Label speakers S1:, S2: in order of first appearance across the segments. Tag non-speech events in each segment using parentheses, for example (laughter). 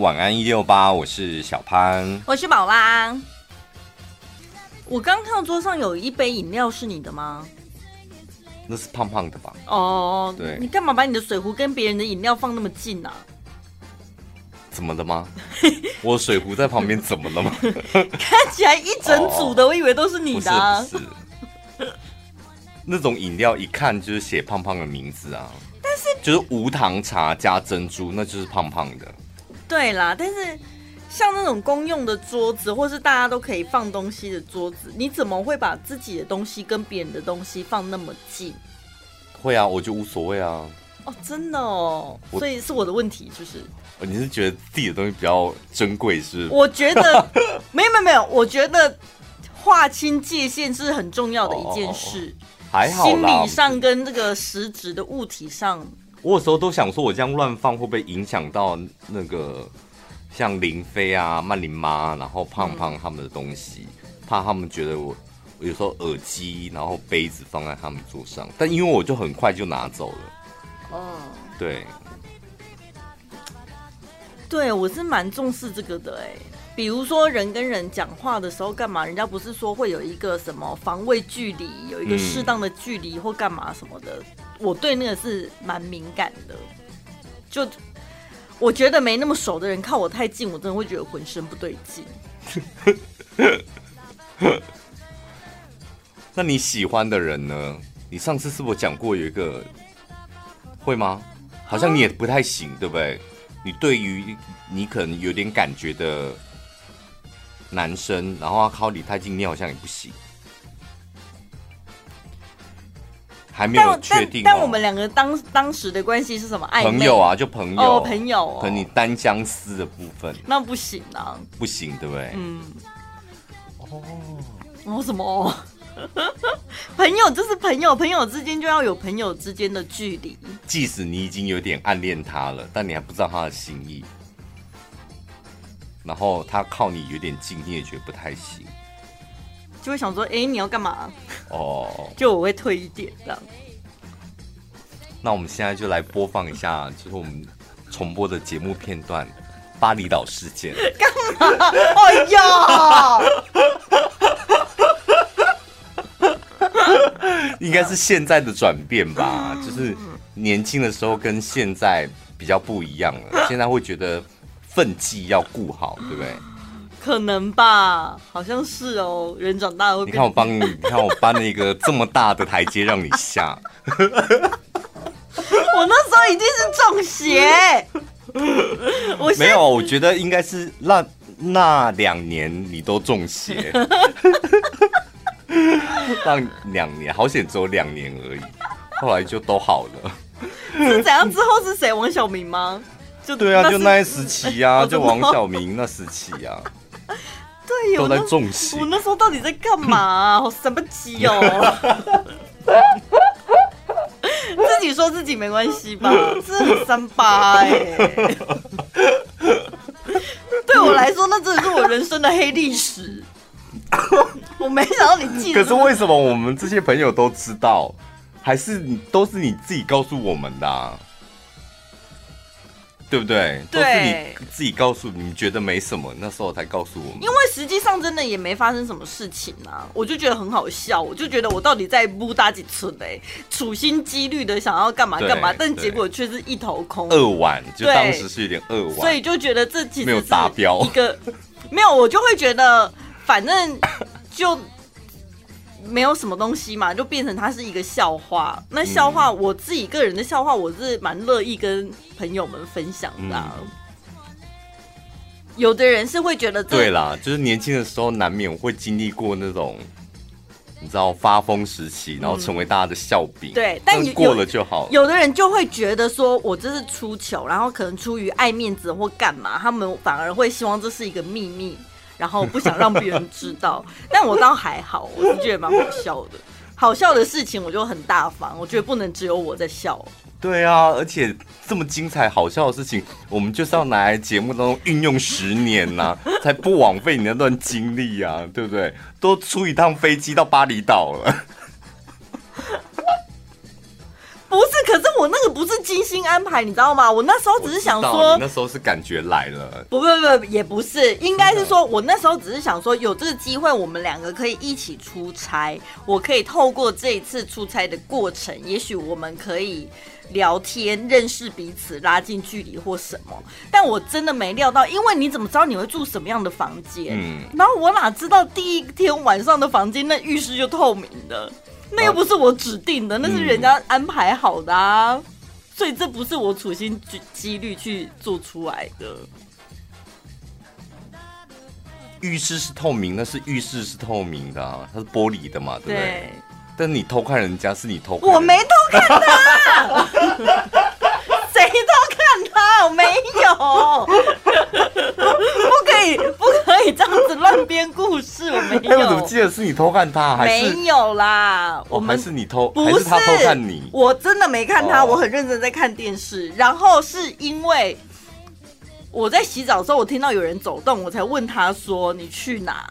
S1: 晚安一六八，我是小潘。
S2: 我是宝拉。我刚看到桌上有一杯饮料，是你的吗？
S1: 那是胖胖的吧？
S2: 哦，
S1: 对
S2: 你干嘛把你的水壶跟别人的饮料放那么近啊？
S1: 怎么了吗？ (laughs) 我水壶在旁边，怎么了吗？
S2: 看起来一整组的，我以为都是 (laughs) 你
S1: 不是
S2: 的啊、
S1: 哦不是，那种饮料一看就是写胖胖的名字啊。但是就是无糖茶加珍珠，那就是胖胖的。
S2: 对啦，但是像那种公用的桌子，或是大家都可以放东西的桌子，你怎么会把自己的东西跟别人的东西放那么近？
S1: 会啊，我就无所谓啊。
S2: 哦，真的哦，
S1: 我
S2: 所以是我的问题，
S1: (laughs)
S2: 就是
S1: 哦你是觉得自己的东西比较珍贵是不是？
S2: 我觉得没有没有没有，我觉得划清界限是很重要的一件
S1: 哦
S2: 事，
S1: 还好
S2: 心
S1: 啦
S2: 理。上跟这个实质的物体上，
S1: 我有时候都想说，我这样乱放会不会影响到那个像林飞啊、曼玲妈，然后胖胖他们的东西，怕他们觉得我。我有时候耳机，然后杯子放在他们桌上，但因为我就很快就拿走了，
S2: 哦，
S1: 对，
S2: 对我是蛮重视这个的哎、比如说人跟人讲话的时候干嘛，人家不是说会有一个什么防卫距离，有一个
S1: 嗯
S2: 适当的距离或干嘛什么的，我对那个是蛮敏感的，就。我觉得没那么熟的人靠我太近，我真的会觉得浑身不对劲。
S1: 那你喜欢的人呢？你上次是不是有讲过有一个会吗？好像你也不太行，对不对？你对于你可能有点感觉的男生，然后他靠你太近，你好像也不行，还没有
S2: 但
S1: 确
S2: 但
S1: 定、哦
S2: 但我们两个当当时的关系是什么？暧昧
S1: 朋友，啊，就朋友
S2: 哦朋友哦
S1: 可能你单相思的部分
S2: 那不行啊。
S1: 不行，对不对？
S2: 嗯，哦，什么 (laughs) 哦？朋友就是朋友，朋友之间就要有朋友之间的距离。
S1: 即使你已经有点暗恋他了，但你还不知道他的心意，然后他靠你有点近，你也觉得不太行
S2: 就会想说，哎、你要干嘛？
S1: 哦。
S2: 就我会退一点这样。
S1: 那我们现在就来播放一下，就是我们重播的节目片段《巴厘岛事件》。
S2: 哎呀，
S1: 应该是现在的转变吧，就是年轻的时候跟现在比较不一样了。现在会觉得分际要顾好，对不对？
S2: 可能吧，好像是哦。人长大了会
S1: 你
S2: 变。
S1: 看我帮你，你看我搬了一个这么大的台阶让你下。
S2: 我那时候已经是
S1: (laughs)
S2: 中邪。我现
S1: 没
S2: 在
S1: 有，我觉得应该是那那两年你都中邪， (laughs) 让两年好险只有两年而已，后来就都好了。
S2: 是怎样？之后是谁？王小明吗？就
S1: 对啊，
S2: 是
S1: 就那一时期啊，
S2: 哦
S1: 就
S2: 真的
S1: 王
S2: 哦
S1: 小明那时期啊，
S2: 对，
S1: 都
S2: 我
S1: 在
S2: 那
S1: 中邪
S2: 我。那时候到底在干嘛、啊好神不急哦！自己说自己没关系吧，这很三八哎、对我来说，那真的是我人生的黑历史。我没想到你记得
S1: 可
S2: 这
S1: 是
S2: 么，
S1: 为什么我们这些朋友都知道，还是你都是你自己告诉我们的、啊？对不对？都是
S2: 对
S1: 你自己告诉你觉得没什么，那时候才告诉我们。
S2: 因为实际上真的也没发生什么事情啊，我就觉得很好笑，我就觉得我到底在不搭几寸哎，处心积虑的想要干嘛干嘛，
S1: 对
S2: 但
S1: 对
S2: 结果却是一头空。啊
S1: 二晚，就
S2: 对
S1: 当时是有点二晚，
S2: 所以就觉得这其实
S1: 没有达标
S2: 是一个没有，我就会觉得反正就没有什么东西嘛，就变成它是一个笑话。那笑话、我自己个人的笑话，我是蛮乐意跟朋友们分享的啊、
S1: 嗯
S2: 有的人是会觉得这
S1: 对啦，就是年轻的时候难免会经历过那种，你知道发疯时期，然后成为大家的笑柄。
S2: 嗯对但有
S1: 过了就好。
S2: 有的人就会觉得说，我这是出糗，然后可能出于爱面子或干嘛，他们反而会希望这是一个秘密，然后不想让别人知
S1: (laughs)
S2: 道。但我倒还好，我是觉得蛮好笑的。好笑的事情我就很大方，我觉得不能只有我在笑。
S1: 对啊，而且这么精彩好笑的事情，我们就是要拿来节目当中运用十年
S2: (laughs)
S1: 呐、才不枉费你那段经历啊，对不对？都出一趟飞机到巴厘岛了，
S2: 不不是，可是我那个不是精心安排，你知道吗？我那时 (laughs) 候只是想
S1: 我知道
S2: 说
S1: 你，那时候是感觉来了，
S2: 不不不，也不是，应该是说，我那时候只是想说，有这个机会，我们两个可以一起出差，我可以透过这一次出差的过程，也许我们可以聊天、认识彼此、拉近距离或什么。但我真的没料到，因为你怎么知道你会住什么样的房间？
S1: 嗯
S2: 然后我哪知道第一天晚上的房间那浴室就透明的，那又不是我指定的，那是人家安排好的啊。所以这不是我处心积积虑去做出来的。
S1: 浴室是透明，那是浴室是透明的、啊，它是玻璃的嘛，对不对？
S2: 对，
S1: 但你偷看人家是你偷看人家，
S2: 我没偷看他， (laughs) 谁偷看他？我没有， (laughs) 不可以，不可以这样子乱编故事，我没
S1: (laughs) 哎，我怎么
S2: 有，
S1: 记得是你偷看他，还是
S2: 没有啦，我
S1: 哦还
S2: 们
S1: 是你偷，
S2: 不
S1: 还是他偷看你？
S2: 我真的没看他，
S1: 哦
S2: 我很认真在看电视。然后是因为我在洗澡的时候，我听到有人走动，我才问他说你去哪？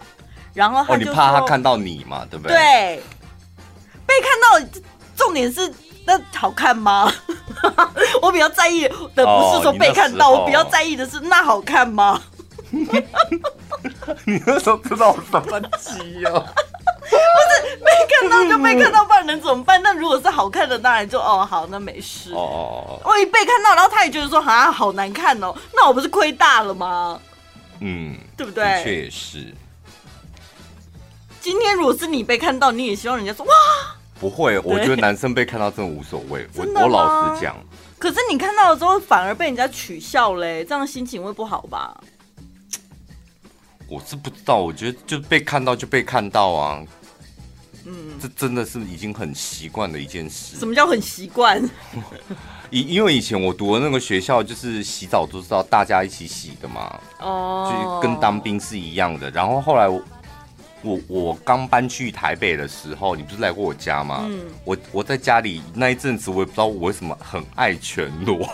S2: 然后
S1: 哦，
S2: 他
S1: 你
S2: 就说、
S1: 怕他看到你嘛，对不对？
S2: 对，被看到，重点是那好看吗？ (laughs) 我比较在意的不
S1: 哦
S2: 是说被看
S1: 你那
S2: 到，
S1: 时候
S2: 我比较在意的是那好看吗？
S1: 对， (laughs) 你那时候知道我什么鸡
S2: (laughs)
S1: 哦？
S2: 被看到就被看到，不然能怎么办？那如果是好看的，当然就哦好，那没事。
S1: 哦哦哦，
S2: 我一被看到，然后他也觉得说啊好难看哦，那我不是亏大了吗？
S1: 嗯，
S2: 对不
S1: 的确
S2: 对？
S1: 也是，
S2: 今天如果是你被看到，你也希望人家说哇，
S1: 不会，我觉得男生被看到真的无所谓。我
S2: 真的吗
S1: 我老实讲，
S2: 可是你看到了之后反而被人家取笑嘞，这样心情会不好吧？
S1: 我是不知道，我觉得就被看到就被看到啊，
S2: 嗯，
S1: 这真的是已经很习惯的一件事
S2: 什。么叫很习惯？
S1: 因因为以前我读的那个学校，就是洗澡都是要大家一起洗的嘛，就，
S2: 哦
S1: 跟当兵是一样的。然后后来我我我刚搬去台北的时候，你不是来过我家吗？
S2: 嗯
S1: 我我在家里那一阵子，我也不知道我为什么很爱全裸，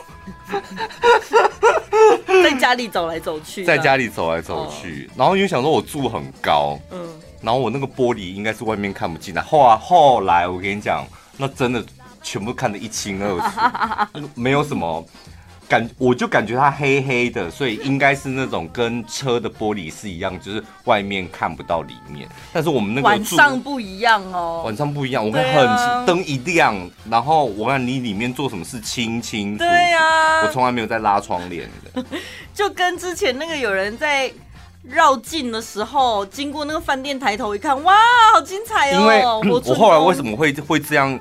S2: 在家里走来走去，
S1: 在家
S2: 里，
S1: 里走来走去。然后因为想说我住很高，
S2: 嗯，
S1: 然后我那个玻璃应该是外面看不进来。后来后来我跟你讲，那真的全部看得一清二楚，那个没有什么感，我就感觉它黑黑的，所以应该是那种跟车的玻璃是一样，就是外面看不到里面。但是我们那个
S2: 晚
S1: 住
S2: 上不一样哦
S1: 晚。上不一样，我看
S2: 对
S1: 很
S2: 啊
S1: 清灯、一亮，然后我看你里面做什么事清清楚楚。
S2: 对啊呀、
S1: 我从来没有在拉窗帘的，
S2: 就跟之前那个有人在绕境的时候，经过那个饭店，抬头一看，哇，好精彩
S1: 因为嗯
S2: 哦！
S1: (clears throat) 我后来为什
S2: 么？
S1: 么会会这样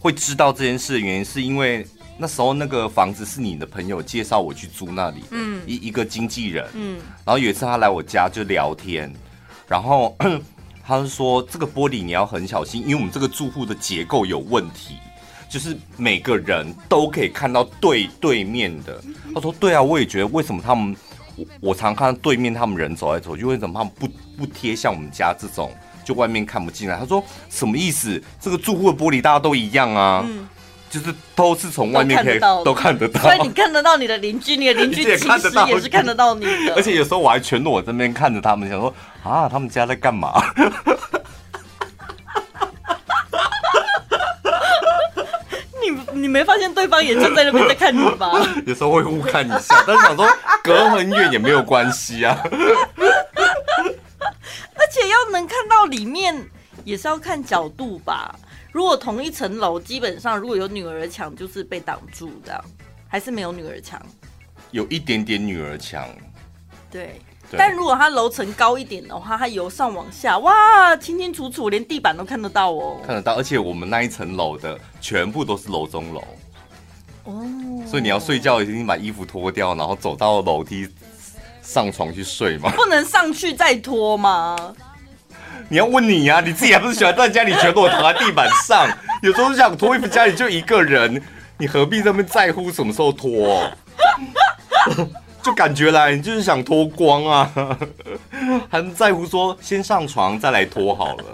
S1: 会知道这件事的原因，是因为那时候那个房子是你的朋友介绍我去租那里的，
S2: 嗯
S1: 一一个经纪人，
S2: 嗯
S1: 然后有一次他来我家就聊天，然后他就说这个玻璃你要很小心，因为我们这个住户的结构有问题，就是每个人都可以看到对对面的。他说对啊，我也觉得为什么他们我我常看到对面他们人走来走去，为什么他们不不贴像我们家这种？就外面看不进来，他说什么意思？这个住户的玻璃大家都一样啊，
S2: 嗯，
S1: 就是都是从外面可以
S2: 都
S1: 都
S2: 看
S1: 看得到，
S2: 所以 (laughs) 你看得到你的邻居，你的邻
S1: (laughs)
S2: 居
S1: 也
S2: 其
S1: 看得
S2: 实
S1: 到
S2: 也是看得到你的，
S1: 而且有时候我还全裸在那边看着他们，想说啊，他们家在干嘛？
S2: 你你没发现对方也就在那边在看你吗？
S1: (laughs) 有时候会互看一下，但是想说隔很远也没有关系啊。
S2: 而且要能看到里面，也是要看角度吧。如果同一层楼，基本上如果有女儿墙，就是被挡住的，还是没有女儿墙。
S1: 有一点点女儿墙，
S2: 对，
S1: 对
S2: 但如果它楼层高一点的话，它由上往下，哇，清清楚楚，连地板都看得到哦。
S1: 看得到，而且我们那一层楼的全部都是楼中楼，
S2: 哦，
S1: 所以你要睡觉一定把衣服脱掉，然后走到楼梯上床去睡嘛。
S2: 不能上去再拖吗？
S1: 你要问你呀、你自己还不是喜欢在家里全裸躺在地板上？ (laughs) 有时候想脱衣服，家里就一个人，你何必那么在乎什么时候脱、 (laughs) 就感觉来，你就是想脱光啊， (laughs) 还在乎说先上床再来脱好了。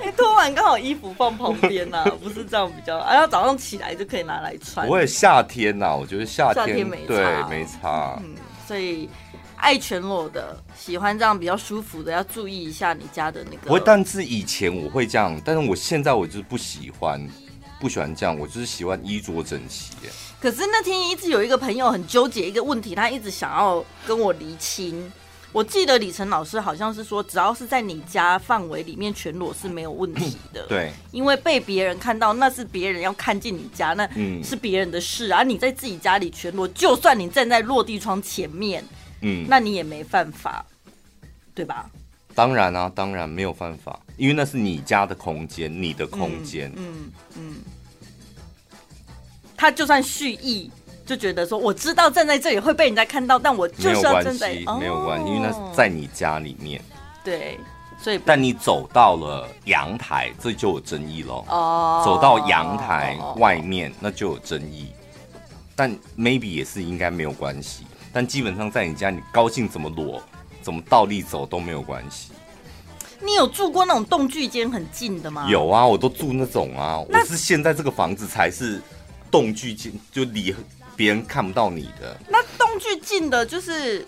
S2: 哎、拖完刚好衣服放旁边呐、不是这样比较，啊，要早上起来就可以拿来穿
S1: 不。会夏天呐、我觉得夏天
S2: 夏天没差
S1: 对没差，
S2: 嗯，所以爱全裸的，喜欢这样比较舒服的，要注意一下你家的那
S1: 不会。
S2: 个。
S1: 但是以前我会这样，但是我现在我就是不喜欢，不喜欢这样，我就是喜欢衣着整齐耶。
S2: 可是那天一直有一个朋友很纠结一个问题，他一直想要跟我厘清。我记得李晨老师好像是说，只要是在你家范围里面全裸是没有问题的。，
S1: 对，
S2: 因为被别人看到那是别人要看进你家，那
S1: 嗯
S2: 是别人的事啊。你在自己家里全裸，就算你站在落地窗前面，
S1: 嗯，
S2: 那你也没犯法，对吧？
S1: 当然啊，当然没有办法，因为那是你家的空间，你的空间。
S2: 嗯嗯，他就算蓄意。就觉得说，我知道站在这里会被人家看到，但我就
S1: 没有
S2: 是要
S1: 关
S2: 站在
S1: 系，，
S2: 哦
S1: 没有关系，因为那是在你家里面，
S2: 对，所以不
S1: 但你走到了阳台，这就有争议喽。
S2: 哦，
S1: 走到阳台
S2: 哦
S1: 外面，那就有争议。但 maybe 也是应该没有关系，但基本上在你家，你高兴怎么裸，怎么倒立走都没有关系。
S2: 你有住过那种动距间很近的吗？，
S1: 有啊，我都住那种啊，我是现在这个房子才是动距间，就离别人看不到你的。
S2: 那动距近的，就是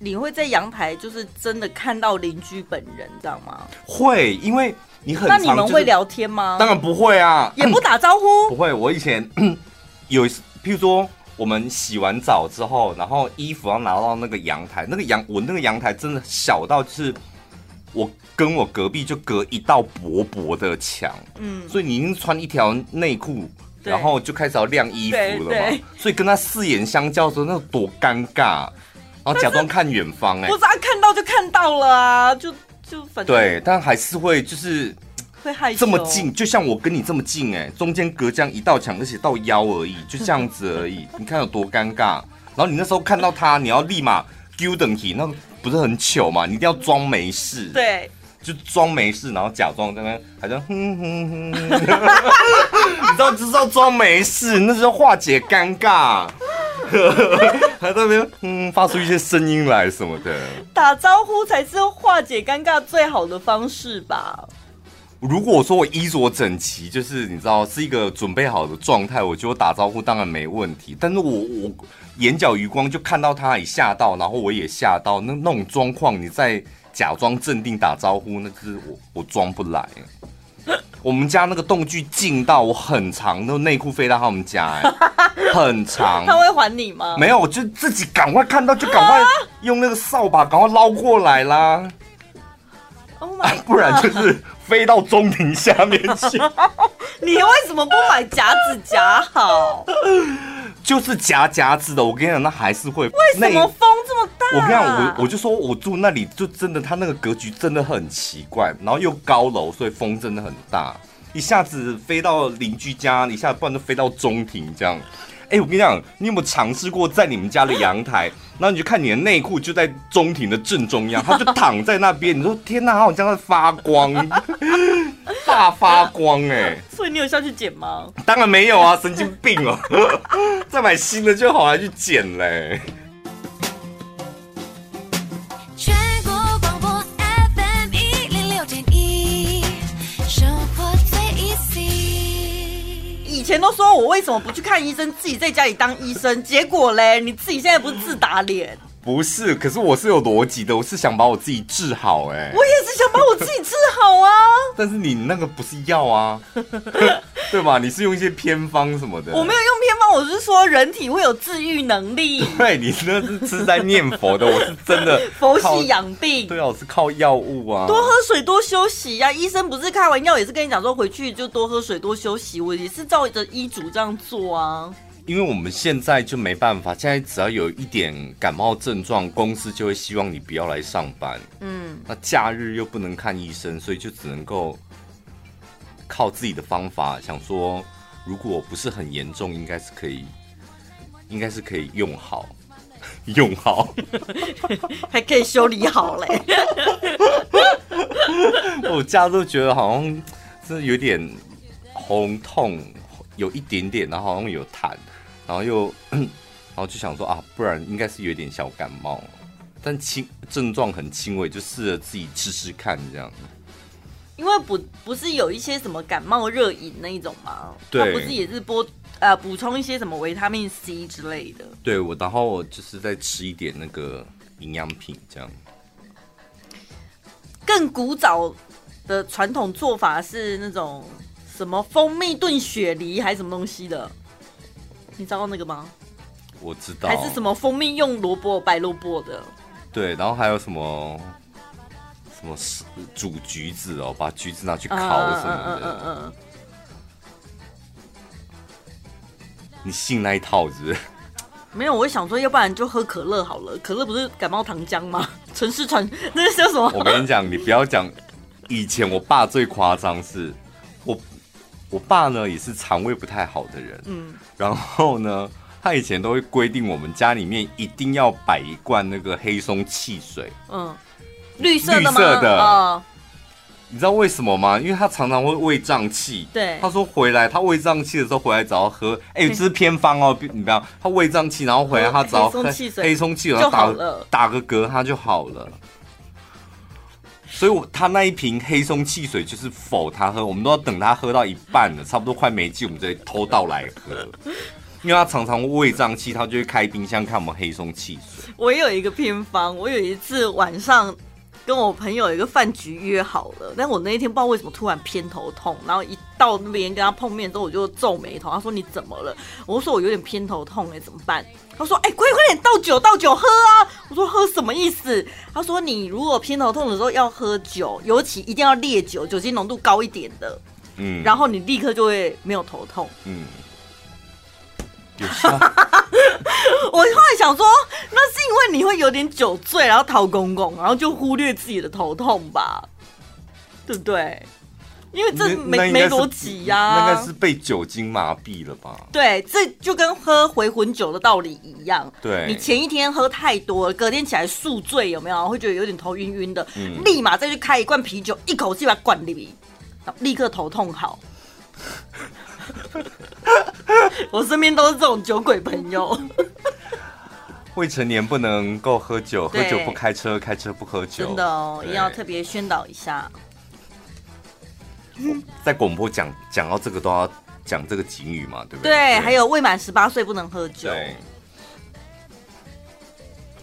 S2: 你会在阳台，就是真的看到邻居本人，知道吗？
S1: 会，因为你很
S2: 那你
S1: 常
S2: 们
S1: 就是
S2: 会？聊天吗？
S1: 当然不会啊，
S2: 也不打招
S1: 不
S2: 呼，
S1: 会，我以前 (coughs) 有一次，譬如说我们洗完澡之后，然后衣服要拿到那个阳台，那个阳我那个阳台真的小到就是我跟我隔壁就隔一道薄薄的墙，
S2: 嗯，
S1: 所以你已经穿一条内裤。
S2: 对
S1: 然后就开始要晾衣服了
S2: 对
S1: 嘛
S2: 对，
S1: 所以跟他四眼相交的时候，那有多尴尬，啊然后假装看远方哎、
S2: 我只要啊看到就看到了啊，就就反正
S1: 对，但还是会就是
S2: 会害羞，
S1: 这么近，就像我跟你这么近哎、中间隔这样一道墙，而且到腰而已，就这样子而已，你看有多尴尬。然后你那时候看到他，你要立马丢等体，那不是很糗嘛？你一定要装没事，，
S2: 对，
S1: 就装没事，然后假装在那边好像哼哼哼，你知道，就是要装没事，那是要化解尴尬。还在那边嗯发出一些声音来什么的。
S2: 打招呼才是化解尴尬最好的方式吧。
S1: 如果说我衣着整齐，就是你知道是一个准备好的状态，我觉得打招呼当然没问题。但是我我眼角余光就看到他也吓到，然后我也吓到，那那种状况，你再假装镇定打招呼，那就是我我装不来。我们家那个动距近到我很长，那内裤飞到他们家、哎，很
S2: (laughs)
S1: 长。
S2: 他会还你吗？
S1: 没有，就自己赶快看到就赶快用那个扫把赶快捞过来啦。
S2: ，Oh my，
S1: (laughs) 不然就是飞到中庭下面去，
S2: 你为什么不买夹子夹好？
S1: 就是夹夹子的。我跟你 (laughs) 讲，那还是会为
S2: 为什么风这么大？
S1: 我跟你讲，我我就说我住那里就真的，它那个格局真的很奇怪，然后又高楼，所以风真的很大，一下子飞到邻居家，一下子不然就飞到中庭这样。哎、我跟你讲，你有没有尝试过在你们家的阳台，然后你就看你的内裤就在中庭的正中央，它就躺在那边，你说天哪，它好像在发光， (laughs) 大发光哎、
S2: 所以你有下去剪吗？
S1: 当然没有啊， (laughs) 神经病哦！再买新的就好，还去捡嘞。
S3: 全国广播 FM 一零六点一，生活最 easy。
S2: 以前都说我为什么不去看医生，自己在家里当医生，结果嘞，你自己现在不是自
S1: (laughs)
S2: 打脸？
S1: 不是，可是我是有逻辑的，我是想把我自己治好哎、
S2: 我也是想把我自己治好啊！
S1: 但是你那个不是药
S2: (laughs)
S1: 啊，对吧？你是用一些偏方什么的。
S2: 我没有用偏方，我是说人体会有治愈能力，
S1: 对你那是吃斋念佛的，我是真的
S2: (laughs)
S1: (laughs)
S2: 佛
S1: 靠
S2: 系。养病。
S1: 对啊，我是靠药物啊。
S2: 多喝水，多休息呀、医生不是开玩笑，也是跟你讲说回去就多喝水，多休息。我也是照着医嘱这样做啊。
S1: 因为我们现在就没办法，现在只要有一点感冒症状，公司就会希望你不要来上班。
S2: 嗯，
S1: 那假日又不能看医生，所以就只能够靠自己的方法，想说如果不是很严重，应该是可以，应该是可以用好， (laughs) 用好。 (laughs)
S2: 还可以修理好嘞。 (laughs)
S1: 我假日都觉得好像真的有点红痛，有一点点，然后好像有痰，然后又， (coughs) 然后就想说啊，不然应该是有点小感冒，但轻症状很轻微，就试着自己吃吃看这样。
S2: 因为不不是有一些什么感冒热饮那一种吗？
S1: 对
S2: 它不是也是播呃补充一些什么维他命 C 之类的。
S1: 对我，然后我就是再吃一点那个营养品，这样
S2: 更古早的传统做法是那种什么蜂蜜炖雪梨还是什么东西的，你知道那个吗？
S1: 我知道，
S2: 还是什么蜂蜜用萝卜白萝卜的？
S1: 对，然后还有什么什么是煮橘子哦，把橘子拿去烤什么
S2: 嗯
S1: 的，
S2: 嗯嗯嗯
S1: 你信那一套是不是？
S2: 嗯，没有，我就想说，要不然就喝可乐好了。可乐不是感冒糖浆吗？ (laughs) 城市传那个叫什么？
S1: 我跟你讲，你不要讲，以前我爸最夸张是，我我爸呢也是肠胃不太好的人，
S2: 嗯，
S1: 然后呢，他以前都会规定我们家里面一定要摆一罐那个黑松汽水，
S2: 嗯，绿色的吗？
S1: 绿色的
S2: 哦
S1: 你知道为什么吗？因为他常常会胃胀气。
S2: 对
S1: 他说回来，他胃胀气的时候回来只要喝，哎、这是偏方哦，你不要。他胃胀气，然后回来他只要喝
S2: 黑松汽水
S1: 黑松汽水，
S2: 就好
S1: 打
S2: 了
S1: 打个嗝他就好了。所以我，他那一瓶黑松汽水就是否他喝，我们都要等他喝到一半了，差不多快没劲，我们再偷倒来喝。
S2: (laughs)
S1: 因为他常常胃胀气，他就会开冰箱看我们黑松汽水。
S2: 我有一个偏方，我有一次晚上跟我朋友有一个饭局约好了，但我那一天不知道为什么突然偏头痛，然后一到那边跟他碰面之后，我就皱眉头，他说你怎么了？我就说我有点偏头痛、欸，哎，怎么办？他说：“哎、快快点倒酒，倒酒喝啊！”我说：“喝什么意思？”他说：“你如果偏头痛的时候要喝酒，尤其一定要烈酒，酒精浓度高一点的，
S1: 嗯，
S2: 然后你立刻就会没有头痛。” (laughs)
S1: 嗯，有效。
S2: 我后来想说，那是因为你会有点酒醉，然后逃公公，然后就忽略自己的头痛吧，对不对？因为这
S1: 那
S2: 没
S1: 应该
S2: 没
S1: 是
S2: 逻辑呀、
S1: 那应该是被酒精麻痹了吧？
S2: 对，这就跟喝回魂酒的道理一样。
S1: 对
S2: 你前一天喝太多了，隔天起来宿醉，有没有会觉得有点头晕晕的？
S1: 嗯
S2: 立马再去开一罐啤酒，一口气把它灌里面，然后立刻头
S1: (laughs)
S2: 痛好。我身边都是这种酒鬼朋友。
S1: 未成年不能够喝酒，喝
S2: 对
S1: 酒不开车，开车不喝酒。
S2: 真的哦，一
S1: 对
S2: 定要特别宣导一下。
S1: 在广播讲讲到这个都要讲这个警语嘛，对不
S2: 对，
S1: 对，
S2: 还有未满十八岁不能喝酒，
S1: 对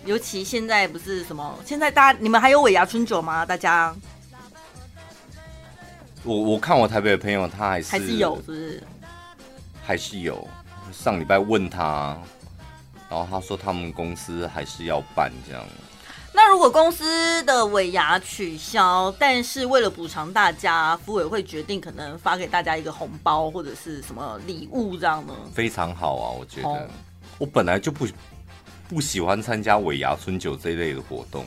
S2: 尤其现在不是什么，现在大家你们还有尾牙春酒吗？大家
S1: 我我看我台北的朋友，他还是
S2: 还是有，是不是？
S1: 还是有。上礼拜问他，然后他说他们公司还是要办这样。
S2: 那如果公司的尾牙取消，但是为了补偿大家，服委会决定可能发给大家一个红包或者是什么礼物这样呢？
S1: 非常好啊，我觉得。
S2: 哦
S1: 我本来就不不喜欢参加尾牙春酒这一类的活动，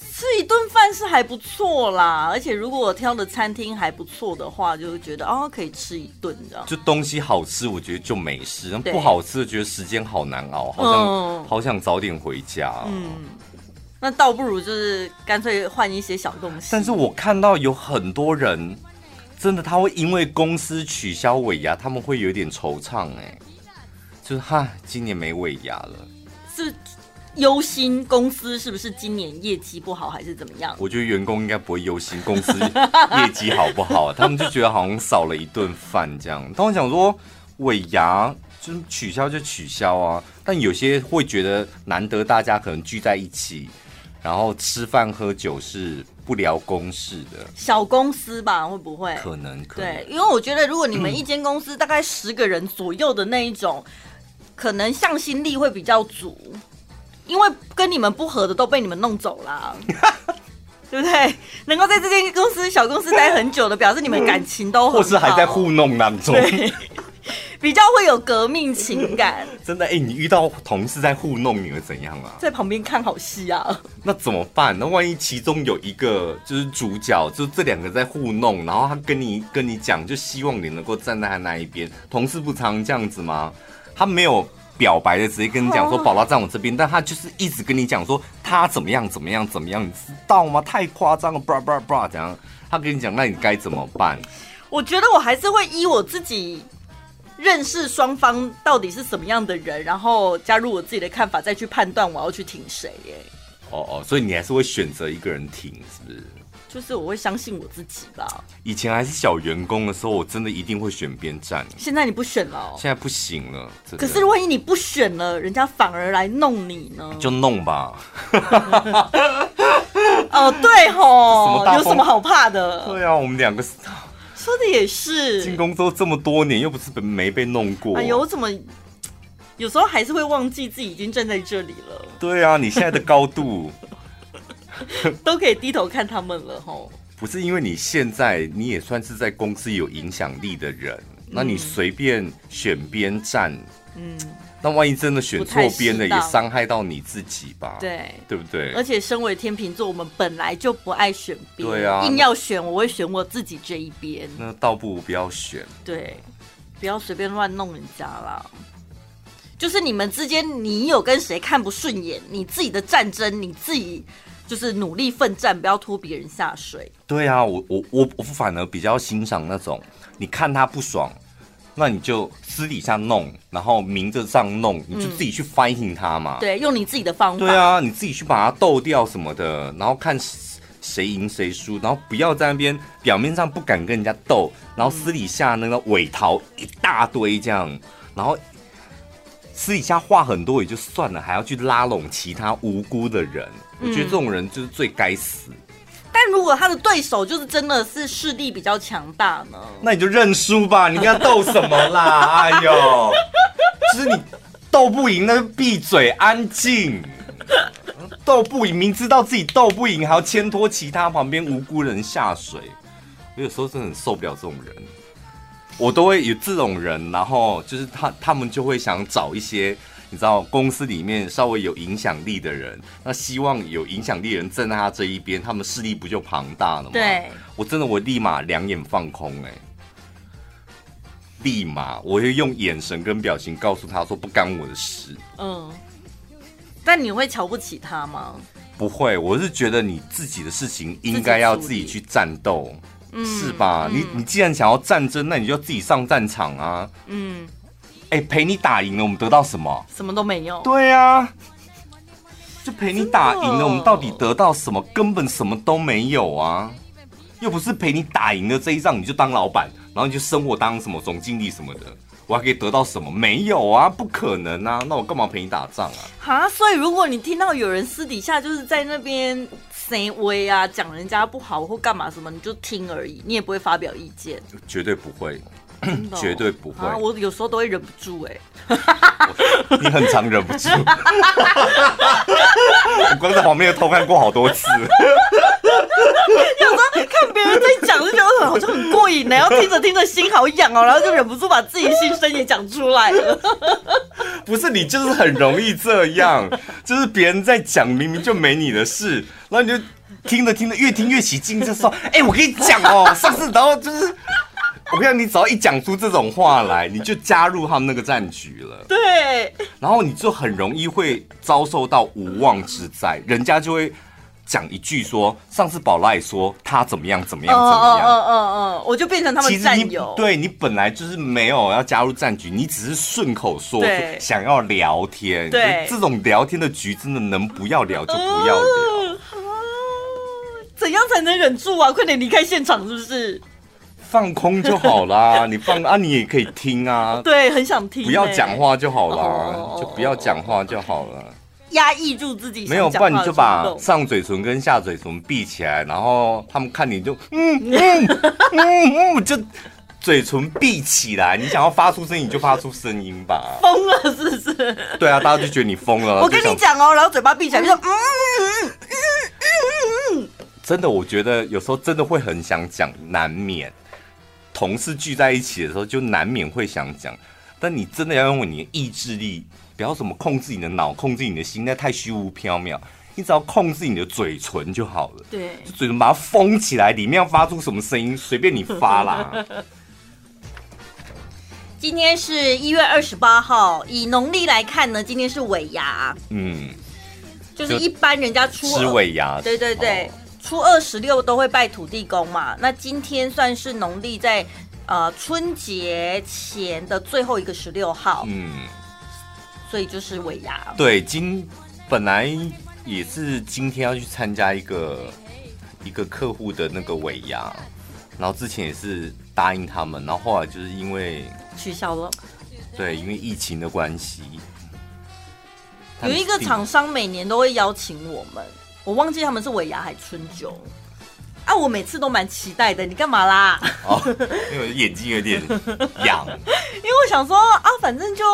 S2: 吃一顿饭是还不错啦，而且如果我挑的餐厅还不错的话，就会觉得哦可以吃一顿这样。
S1: 就东西好吃，我觉得就没事；那
S2: 对
S1: 不好吃，觉得时间好难熬，好想、
S2: 嗯
S1: 好想早点回家、
S2: 嗯，那倒不如就是干脆换一些小东西。
S1: 但是我看到有很多人，真的他会因为公司取消尾牙，他们会有点惆怅、哎，就是哈，今年没尾牙了。
S2: 是忧心公司是不是今年业绩不好，还是怎么样？
S1: 我觉得员工应该不会忧心公司业绩好不好，他们就觉得好像少了一顿饭这样。但我想说，尾牙就是取消就取消啊，但有些会觉得难得大家可能聚在一起，然后吃饭喝酒是不聊公事的，
S2: 小公司吧，会不会？
S1: 可能可能
S2: 对，因为我觉得如果你们一间公司大概十个人左右的那一种，可能向心力会比较足，因为跟你们不合的都被你们弄
S1: (laughs)
S2: 走啦。对不对？能够在这间公司、小公司待很久的，表示你们感情都很好，
S1: 或是还在糊弄当中。
S2: 比较会有革命情感，
S1: (laughs) 真的哎、你遇到同事在糊弄你会怎样啊？
S2: 在旁边看好戏啊。 (laughs)
S1: 那怎么办？那万一其中有一个就是主角，就这两个在互弄，然后他跟你跟你讲，就希望你能够站在他那一边。同事不常这样子吗？他没有表白的直接跟你讲说
S2: 哦
S1: 宝拉站我这边，但他就是一直跟你讲说他怎么样怎么样怎么样，你知道吗？太夸张了，bra bra bra 怎样？他跟你讲，那你该怎么办？
S2: 我觉得我还是会依我自己认识双方到底是什么样的人，然后加入我自己的看法，再去判断我要去挺谁。耶，
S1: 哦哦，所以你还是会选择一个人挺，是不是？
S2: 就是我会相信我自己吧。
S1: 以前还是小员工的时候，我真的一定会选边站，
S2: 现在你不选了哦、
S1: 现在不行了。真的
S2: 可是万一你不选了，人家反而来弄你呢？
S1: 就弄吧。
S2: 哦，对
S1: 什么
S2: 吼
S1: 大，风
S2: 哦有什么好怕的？
S1: 对啊，我们两个
S2: 说的也
S1: 进
S2: 是。
S1: 工作这么多年，又不是没被弄过。
S2: 哎呦，我怎么有时候还是会忘记自己已经站在这里了，
S1: 对啊，你现在的高度
S2: 都可以低头看他们了吼。
S1: 不是因为你现在你也算是在公司有影响力的人，那你随便选边站，
S2: 嗯，
S1: 那万一真的选错边了，
S2: 不太适当
S1: 也伤害到你自己吧？，
S2: 对。
S1: 对不对
S2: 而？且身为天秤座，我们本来就不爱选边，
S1: 对啊
S2: 硬要选，我会选我自己这一边。
S1: 那倒不如不要选。
S2: 对，不要随便乱弄人家啦。就是你们之间，你有跟谁看不顺眼，你自己的战争，你自己就是努力奋战，不要拖别人下水。
S1: 对啊，我我我我反而比较欣赏那种，你看他不爽，那你就私底下弄，然后明着上弄，你
S2: 嗯
S1: 就自己去 fighting 他嘛。
S2: 对，用你自己的方法。
S1: 啊对啊，你自己去把他斗掉什么的，然后看谁谁赢谁输，然后不要在那边表面上不敢跟人家斗，然后私底下那个尾逃一大堆这样，然后私底下话很多也就算了，还要去拉拢其他无辜的人，我觉得这种人就是最该死。
S2: 但如果他的对手就是真的是势力比较强大呢？
S1: 那你就认输吧，你跟他斗什么啦？哎呦，就是你斗不赢，那就闭嘴安静。斗不赢，明知道自己斗不赢，还要牵拖其他旁边无辜人下水。我有时候真的很受不了这种人，我都会有这种人，然后就是他他们就会想找一些。你知道公司里面稍微有影响力的人，那希望有影响力的人站在他这一边，他们势力不就庞大了吗？
S2: 对，
S1: 我真的我立马两眼放空哎、立马我会用眼神跟表情告诉他说不干我的事。
S2: 嗯。但你会瞧不起他吗？
S1: 不会，我是觉得你自己的事情应该要自己去战斗，是吧？你你既然想要战争，那你就自己上战场啊！
S2: 嗯，
S1: 哎、陪你打赢了，我们得到什么？
S2: 什么都没有。
S1: 对啊，就陪你打赢
S2: 真的
S1: 了，我们到底得到什么？根本什么都没有啊！又不是陪你打赢了这一仗，你就当老板，然后你就生我当什么总经理什么的，我还可以得到什么？没有啊，不可能啊！那我干嘛陪你打仗啊？
S2: 哈，所以如果你听到有人私底下就是在那边 say 威啊，讲人家不好或干嘛什么，你就听而已，你也不会发表意见，
S1: 绝对不会，
S2: 真的哦
S1: 绝对不会
S2: 啊！我有时候都会忍不住哎、
S1: 你很常忍不
S2: (laughs)
S1: 住。我光在旁边偷看过好多次，
S2: 看别人在讲就觉得好像很过瘾呢、然后听着听着心好痒哦，然后就忍不住把自己心声也讲出来了。
S1: 不是你就是很容易这样，就是别人在讲明明就没你的事，然后你就听着听着越听越起劲，就说：“哎、我跟你讲哦，上次然后就是，我跟你讲，你只要一讲出这种话来，你就加入他们那个战局了，
S2: 对，
S1: 然后你就很容易会遭受到无妄之灾，人家就会讲一句说：上次宝拉也说他怎么样怎么样怎么样。
S2: 嗯嗯，我就变成他
S1: 其
S2: 们
S1: 实你
S2: 战友。
S1: 对你本来就是没有要加入战局，你只是顺口说
S2: 对
S1: 想要聊天。
S2: 对
S1: 这种聊天的局真的能不要聊就不要聊。
S2: 嗯好怎样才能忍住啊？快点离开现场，是不是？
S1: 放空就好啦。你放啊，你也可以听啊，
S2: (laughs) 对，很想听、
S1: 不要讲。话就好
S2: 哦
S1: 啦，就不要讲话就好了。
S2: 压抑住自己
S1: 没有，
S2: 想讲
S1: 不然你
S2: 话的
S1: 就把
S2: 冲动
S1: 上嘴唇跟下嘴唇闭起来，然后他们看你就嗯
S2: (laughs)
S1: 嗯嗯嗯，就嘴唇闭起来。你想要发出声音，你就发出声音吧。
S2: 疯了，是不是？
S1: 对啊，大家就觉得你疯了。
S2: 我跟
S1: 就想
S2: 你讲哦，然后嘴巴闭起来，就说嗯，
S1: 真的，我觉得有时候真的会很想讲，难免。同事聚在一起的时候，就难免会想讲，但你真的要用你的意志力，不要什么控制你的脑，控制你的心，那太虚无缥缈。你只要控制你的嘴唇就好了，
S2: 对，
S1: 嘴唇把它封起来，里面要发出什么声音，随便你发啦。
S2: 今天是一月二十八号，以农历来看呢，今天是尾牙， (laughs)
S1: 嗯，
S2: 就是
S1: 就
S2: 一般人家初
S1: 吃
S2: 二，
S1: 尾牙，
S2: 对对对
S1: 哦，
S2: 初二十六都会拜土地公嘛。那今天算是农历在呃春节前的最后一个十六号，
S1: 嗯，
S2: 所以就是尾牙。
S1: 对，今本来也是今天要去参加一个一个客户的那个尾牙，然后之前也是答应他们，然后后来就是因为
S2: 取消了。
S1: 对因为疫情的关系，他
S2: 有
S1: 们
S2: 一个
S1: 并
S2: 厂商每年都会邀请我们，我忘记他们是尾牙还春酒，啊，我每次都蛮期待的，你干嘛啦？ (laughs)
S1: 哦，因为眼睛有点痒。
S2: 因为我想说啊，反正就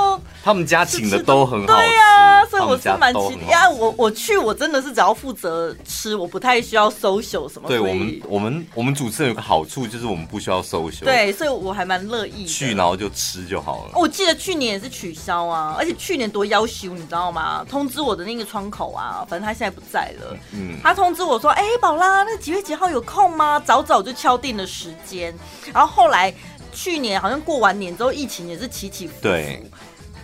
S1: 他们家请的都很好吃，
S2: 对呀、所以
S1: 他
S2: 我
S1: 们
S2: 是
S1: 家
S2: 蛮
S1: 都
S2: 期
S1: 很
S2: 待。啊
S1: 好吃
S2: 我我去，我真的是只要负责吃，我不太需要 social 什么。
S1: 对
S2: 所以
S1: 我们，我们我们主持人有个好处就是我们不需要搜寻，，
S2: 对，哦所以我还蛮乐意的
S1: 去然后就吃就好了。
S2: 我记得去年也是取消啊，而且去年多要求你知道吗？通知我的那个窗口啊，反正他现在不在了。
S1: 嗯
S2: 他通知我说：“哎、宝拉，那几月几号有空吗？”早早就敲定了时间。然后后来去年好像过完年之后，疫情也是起起伏伏。
S1: 对，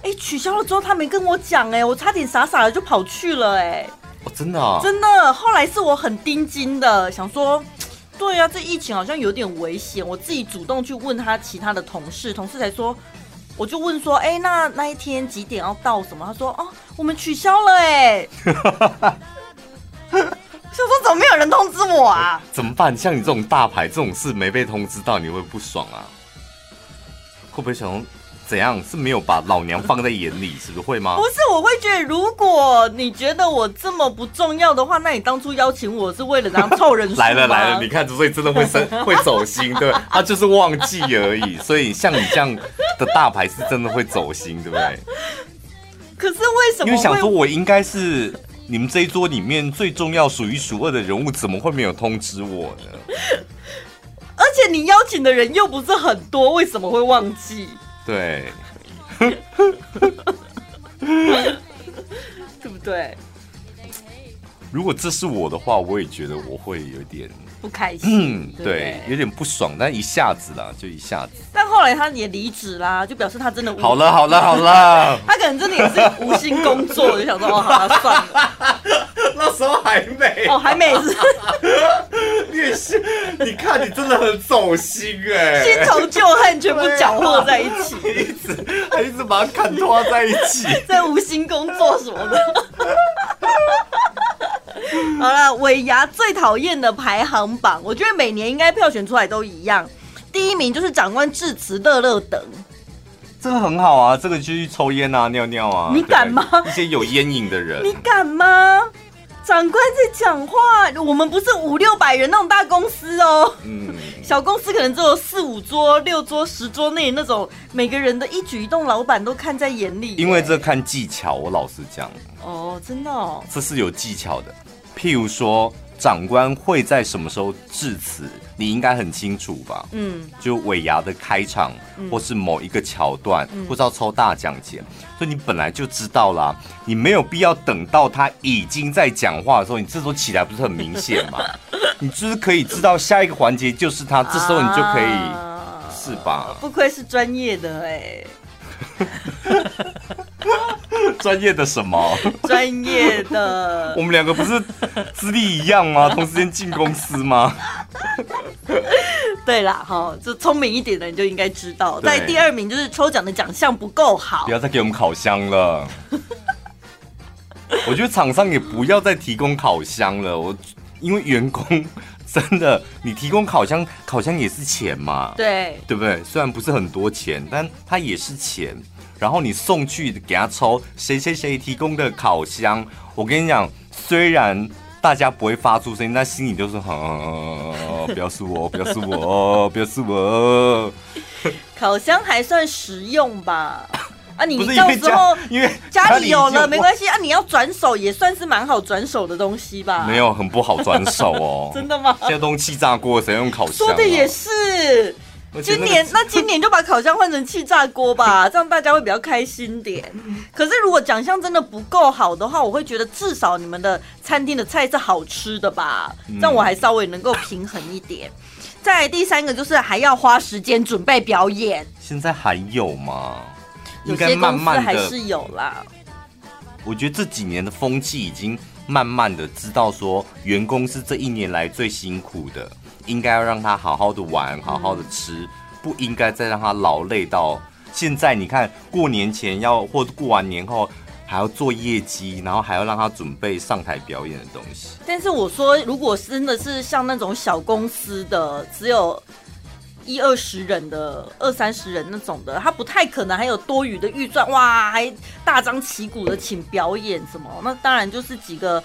S2: 哎、取消了之后他没跟我讲，哎，我差点傻傻的就跑去了、哎。
S1: 哦，真的啊，
S2: 真的，后来是我很盯紧的，想说，对啊，这疫情好像有点危险，我自己主动去问他其他的同事，同事才说，我就问说，哎、那那一天几点要到什么？他说，哦，我们取消了、
S1: (laughs)
S2: 哎，我想说怎么没有人通知我啊？
S1: 怎么办？像你这种大牌，这种事没被通知到，你会不爽啊？会不会想说怎样？是没有把老娘放在眼里，是不是会吗
S2: 不？是，我会觉得，如果你觉得我这么不重要的话，那你当初邀请我是为了让凑人
S1: (laughs)
S2: 数
S1: 来了
S2: 吗
S1: 来了，你看，所以真的会生 (laughs) 会走心，对，他就是忘记而已。所以像你这样的大牌是真的会走心，对不对？
S2: 可是为什么
S1: 因为想
S2: 会
S1: 说我应该是你们这一桌里面最重要、数一数二的人物，怎么会没有通知我呢？
S2: 而且你邀请的人又不是很多，为什么会忘记？
S1: 对，
S2: 对不对？
S1: 如果这是我的话，我也觉得我会有点，
S2: 不开
S1: 嗯
S2: 心，，对不
S1: 对
S2: 对，
S1: 有点不爽，但一下子啦，就一下子。
S2: 但后来他也离职啦，就表示他真的无，
S1: 好，了，好了，好了
S2: 他可能真的也是无心工作，就想说哦，好了，算了，
S1: (laughs) 那时候还没 (laughs)
S2: 哦，还没是
S1: 你也是，你看你真的很走心哎、
S2: 新仇旧恨全部搅和在一
S1: (laughs)
S2: 起，
S1: 一直还一直把它砍拖在一 (laughs) 起。
S2: 在无心工作什么的。 (laughs) 好了，尾牙最讨厌的排行榜，我觉得每年应该票选出来都一样。第一名就是长官致辞乐乐等，
S1: 这个很好啊，这个就去抽烟啊、尿尿啊。
S2: 你
S1: 对不对
S2: 敢吗
S1: 一些有烟瘾的人
S2: 你，敢吗？长官在讲话，我们不是五六百人那种大公司哦。
S1: 嗯，
S2: 小公司可能只有四五桌、六桌、十桌内那种，每个人的一举一动，老板都看在眼里耶。
S1: 因为这看技巧，我老实讲，
S2: 哦，真的哦，
S1: 这是有技巧的。譬如说，长官会在什么时候致辞，你应该很清楚吧？
S2: 嗯，
S1: 就尾牙的开场，或是某一个桥段，或是要抽大奖前，所以你本来就知道啦，你没有必要等到他已经在讲话的时候，你这时候起来不是很明显吗？你就是可以知道下一个环节就是他，这时候你就可以，
S2: 啊
S1: 是
S2: (laughs)
S1: 吧？
S2: 不愧是专业的哎，
S1: 专业的什么？
S2: 专业的
S1: (laughs) 我。们两个不是资历一样吗？同时间进公司吗？
S2: 对啦，哈，就聪明一点的人就应该知道。
S1: 对
S2: 在第二名就是抽奖的奖项不够好
S1: 不，要再给我们烤箱了。我觉得厂商也不要再提供烤箱了，我因为员工真的，你提供烤箱，烤箱也是钱嘛，
S2: 对，
S1: 对不对？虽然不是很多钱，但它也是钱。然后你送去给他抽谁谁谁提供的烤箱，我跟你讲，虽然大家不会发出声音，但心里就是啊，不要是我，不要是我，不要是我，
S2: 烤箱还算实用吧。
S1: 不
S2: 啊，你
S1: 是因
S2: 到
S1: 为
S2: 时
S1: 家
S2: 候，
S1: 因为
S2: 家里有了没
S1: 系。
S2: 关系啊，你要转手也算是蛮好转手的东西
S1: (laughs)
S2: 吧？。
S1: 没有，很不好转手哦
S2: (laughs) 真的吗
S1: 现在都用气炸锅，谁用烤箱、
S2: 说
S1: 啊？
S2: 的也是。
S1: 而且
S2: 今
S1: 那个
S2: 年
S1: (laughs)
S2: 那今年就把烤箱换成气炸锅吧， (laughs) 这样大家会比较开心点。可是如果奖项真的不够好的话，我会觉得至少你们的餐厅的菜是好吃的吧，
S1: 嗯
S2: 这样我还稍微能够平衡一点。再来第三个就是还要花时间准备表演，
S1: 现在还有吗？
S2: 有
S1: 应该
S2: 些
S1: 慢
S2: 公司
S1: 慢
S2: 还
S1: 的，
S2: 是有啦。
S1: 我觉得这几年的风气已经慢慢的知道说，员工是这一年来最辛苦的，应该要让他好好的玩，好好的吃，不应该再让他劳累到。现在你看，过年前要或者过完年后还要做业绩，然后还要让他准备上台表演的东西。
S2: 但是我说，如果真的是像那种小公司的，只有一二十人的、二三十人那种的，他不太可能还有多余的预算，哇，还大张旗鼓的请表演什么？那当然就是几个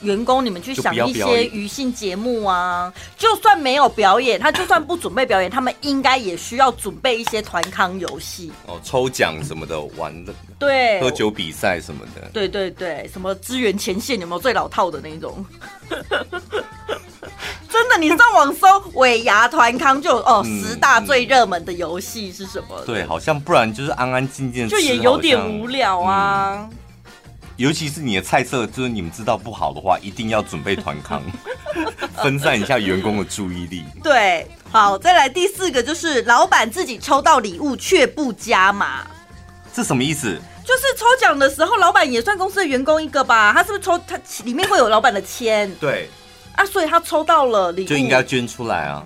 S2: 员工你们去
S1: 就
S2: 想
S1: 不要
S2: 一
S1: 表
S2: 些
S1: 演
S2: 娱性节目啊，就算没有表演，他就算不准备表演，他们应该也需要准备一些团康游戏，
S1: 哦，抽奖什么的，玩的
S2: 对，
S1: 喝酒比赛什么的，
S2: 对对对，什么支援前线有没有最老套的那一种？ (laughs) 真的，你上网搜尾牙团康就有哦，
S1: 嗯
S2: 十大最热门的游戏是什么？
S1: 对，，好像不然就是安安静静地
S2: 就也
S1: 吃
S2: 有点
S1: 好像
S2: 无聊啊。
S1: 嗯尤其是你的菜色，就是你们知道不好的话，一定要准备团
S2: (laughs)
S1: 康，分散一下员工的注意力。
S2: 对，好，再来第四个就是老板自己抽到礼物却不加码。
S1: 这什么意思？
S2: 就是抽奖的时候，老板也算公司的员工一个吧？他是不是抽他里面会有老板的签
S1: 对，
S2: 啊？所以他抽到了礼物，
S1: 就应该捐出来啊，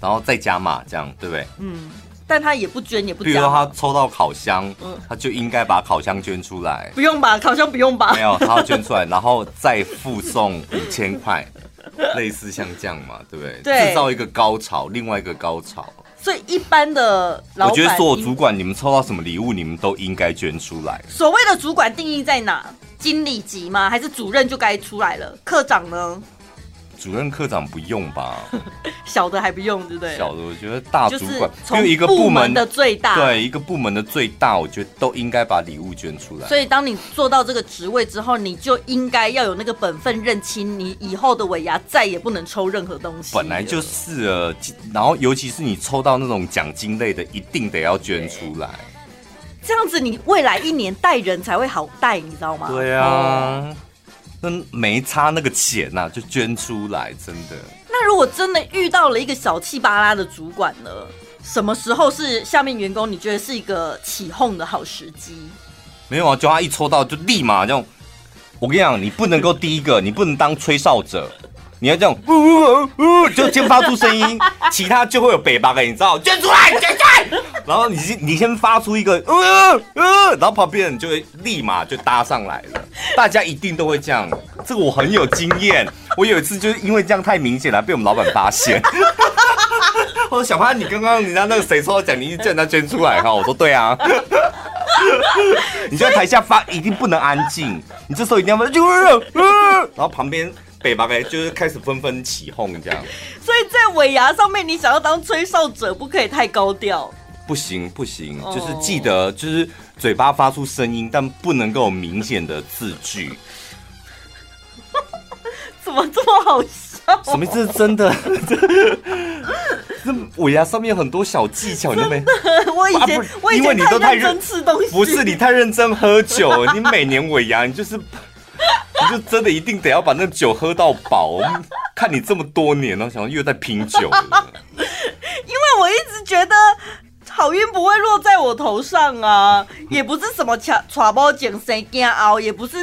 S1: 然后再加码，这样对不对？
S2: 嗯，但他也不捐也不
S1: 比如
S2: 加
S1: 说
S2: 码，
S1: 他抽到烤箱
S2: 嗯，
S1: 他就应该把烤箱捐出来，
S2: 不用吧？好像不用吧？
S1: 没有，他要捐出
S2: (laughs)
S1: 来，然后再附送五千块，类似像这样嘛，对不对？
S2: 对
S1: 制造一个高潮，另外一个高潮。
S2: 所以一般的老
S1: 我
S2: 板，
S1: 觉得所有主管，你们抽到什么礼物，你们都应该捐出
S2: (laughs)
S1: 来。
S2: 所谓的主管定义在哪？经理级吗？还是主任就该出来了？科长呢？
S1: 主任、科长不用吧？
S2: 小的还不用，对不对？
S1: 小的，我觉得大
S2: 就
S1: 主
S2: 是
S1: 管，因
S2: 从
S1: 为一个
S2: 部
S1: 部
S2: 门
S1: 门
S2: 的最大。。
S1: 对一个部门的最大，我觉得都应该把礼物捐出来
S2: 所。以，当你做到这个职位之后，你就应该要有那个本分认清，你以后的尾牙再也不能抽任何东西了。
S1: 本来就是呃，然后尤其是你抽到那种奖金类的，一定得要捐出来。
S2: 这样子，你未来一年带人才会好带，你知道吗？
S1: 对啊，那没差那个钱呐、就捐出来，真的。
S2: 那如果真的遇到了一个小气巴拉的主管呢？什么时候是下面员工你觉得是一个起哄的好时机？
S1: 没有啊，就他一抽到就立马这样。我跟你讲，你不能够第一个，你不能当吹哨者，你要这样呜呜呜，就先发出声音，其他就会有北巴的，你知道？捐出来，捐出来。然后你先你先发出一个呜呜，然后旁边人就会立马就搭上来了。大家一定都会这样，这个我很有经验。我有一次就是因为这样太明显了，被我们老板发现。 (laughs) 我说小潘，你刚刚人家那个谁抽到奖，你一叫人家捐出来哈？我说对啊。你就在台下发，一定不能安静，你这时候一定要发，呃然后旁边北巴北就是开始纷纷起哄，这样
S2: 所以在尾牙上面，你想要当吹哨者，不可以太高调。
S1: 不行不行，
S2: 哦
S1: 就是记得就是嘴巴发出声音，但不能够有明显的字句。
S2: 怎么这么好笑？
S1: 什么？这是真的？这这尾牙上面有很多小技巧，你都没？
S2: 我以前
S1: 啊不
S2: 我以
S1: 因为
S2: 前
S1: 你都
S2: 太
S1: 太
S2: 认真
S1: 认
S2: 吃东西，
S1: 不是你太认真喝酒，你每年尾牙你就是，你就真的一定得要把那酒喝到饱。看你这么多年了，想说又在拼酒了。
S2: (laughs) 因为我一直觉得好运不会落在我头上
S1: (laughs)
S2: 啊，也不是什么卡卡包捡谁干熬，也不是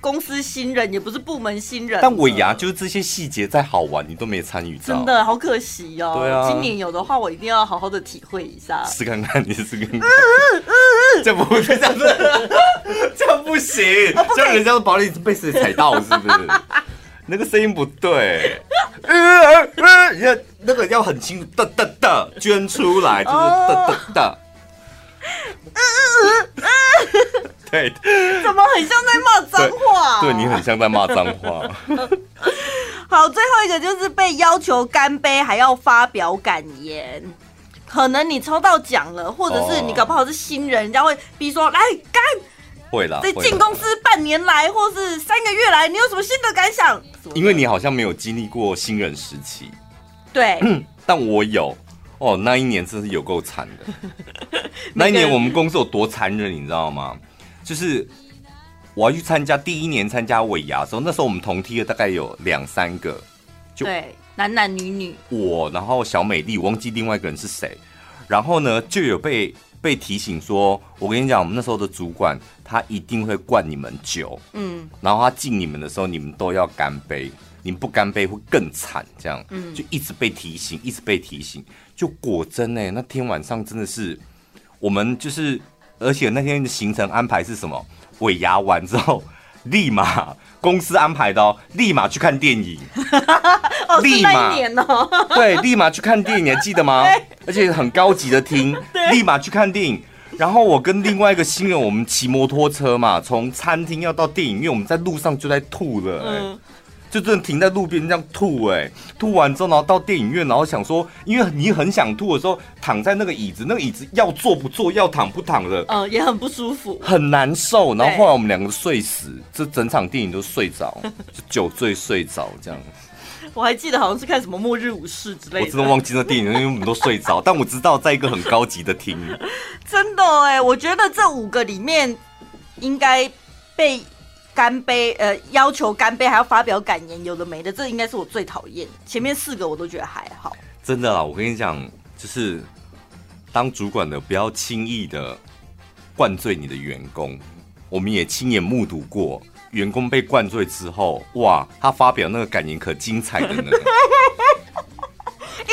S2: 公司新人，也不是部门新人。
S1: 但尾牙就是这些细节再好玩，你都没参与到。
S2: 真，的好可惜哦。
S1: 对啊
S2: 今年有的话，我一定要好好的体会一下。
S1: 试看看，你试看看。这不这样子， (laughs) 这样不行，
S2: 哦
S1: 这样人家都保你被谁踩到是不
S2: (laughs)
S1: 是？那个声音不对，呃呃，要那个要很清楚，哒哒哒，捐出来就是
S2: 哦
S1: 哒哒哒。
S2: (laughs)
S1: 对，
S2: 怎么很像在骂脏话、
S1: 对你很像在骂脏话。
S2: 好，最后一个就是被要求干杯，还要发表感言。可能你抽到奖了，或者是
S1: 哦
S2: 你搞不好是新人，人家会逼说来干。
S1: 会啦，
S2: 在
S1: 会啦
S2: 进公司半年来，或是三个月来，你有什么新的感想？
S1: 因为你好像没有经历过新人时期。
S2: 对
S1: 但我有哦，那一年真是有够惨的。
S2: (laughs)
S1: 那一
S2: 每个
S1: 年
S2: 人
S1: 我们公司有多残忍，你知道吗？就是我要去参加第一年参加尾牙的时候，那时候我们同梯的大概有两三个， (clears throat) 就
S2: 对，男男女女，
S1: 我，然后小美丽，我忘记另外一个人是谁。然后呢，就有被被提醒说，我跟你讲，我们那时候的主管他一定会灌你们酒，
S2: 嗯，
S1: 然后他敬你们的时候，你们都要干杯，你们不干杯会更惨，这样，
S2: 嗯
S1: 就一直被提醒，一直被提醒，就果真呢、那天晚上真的是，我们就是，而且那天的行程安排是什么？尾牙完之后，立马公司安排的哦，立马去看电
S2: (laughs)
S1: 影，
S2: 哦，是
S1: 立
S2: 那
S1: 马
S2: 一年哦， (laughs)
S1: 对，立马去看电影，你还记得吗？而且很高级的厅，立马去看电影。然后我跟另外一个新人，我们骑摩托车嘛，从餐厅要到电影院，我们在路上就在吐了、哎
S2: (laughs) 嗯，
S1: 就真的停在路边这样吐、哎，吐完之后，然后到电影院，然后想说，因为你很想吐的时候，躺在那个椅子，那个椅子要坐不坐，要躺不躺的，
S2: 呃，也很不舒服。
S1: 很难受。然后
S2: 对
S1: 后来我们两个睡死，这整场电影都睡着，就酒醉睡着这样。
S2: 我还记得好像是看什么《末日武士》之类
S1: 我
S2: 的，
S1: 真的忘记那电影，因为我们都睡着，但我知道在一个很高级的厅。
S2: 真的哎、我觉得这五个里面应该被干杯，呃，要求干杯还要发表感言，有的没的，这应该是我最讨厌的。前面四个我都觉得还好，
S1: 真的啦，我跟你讲，就是当主管的不要轻易的灌醉你的员工。我们也亲眼目睹过，员工被灌醉之后，哇，他发表那个感言可精彩的呢。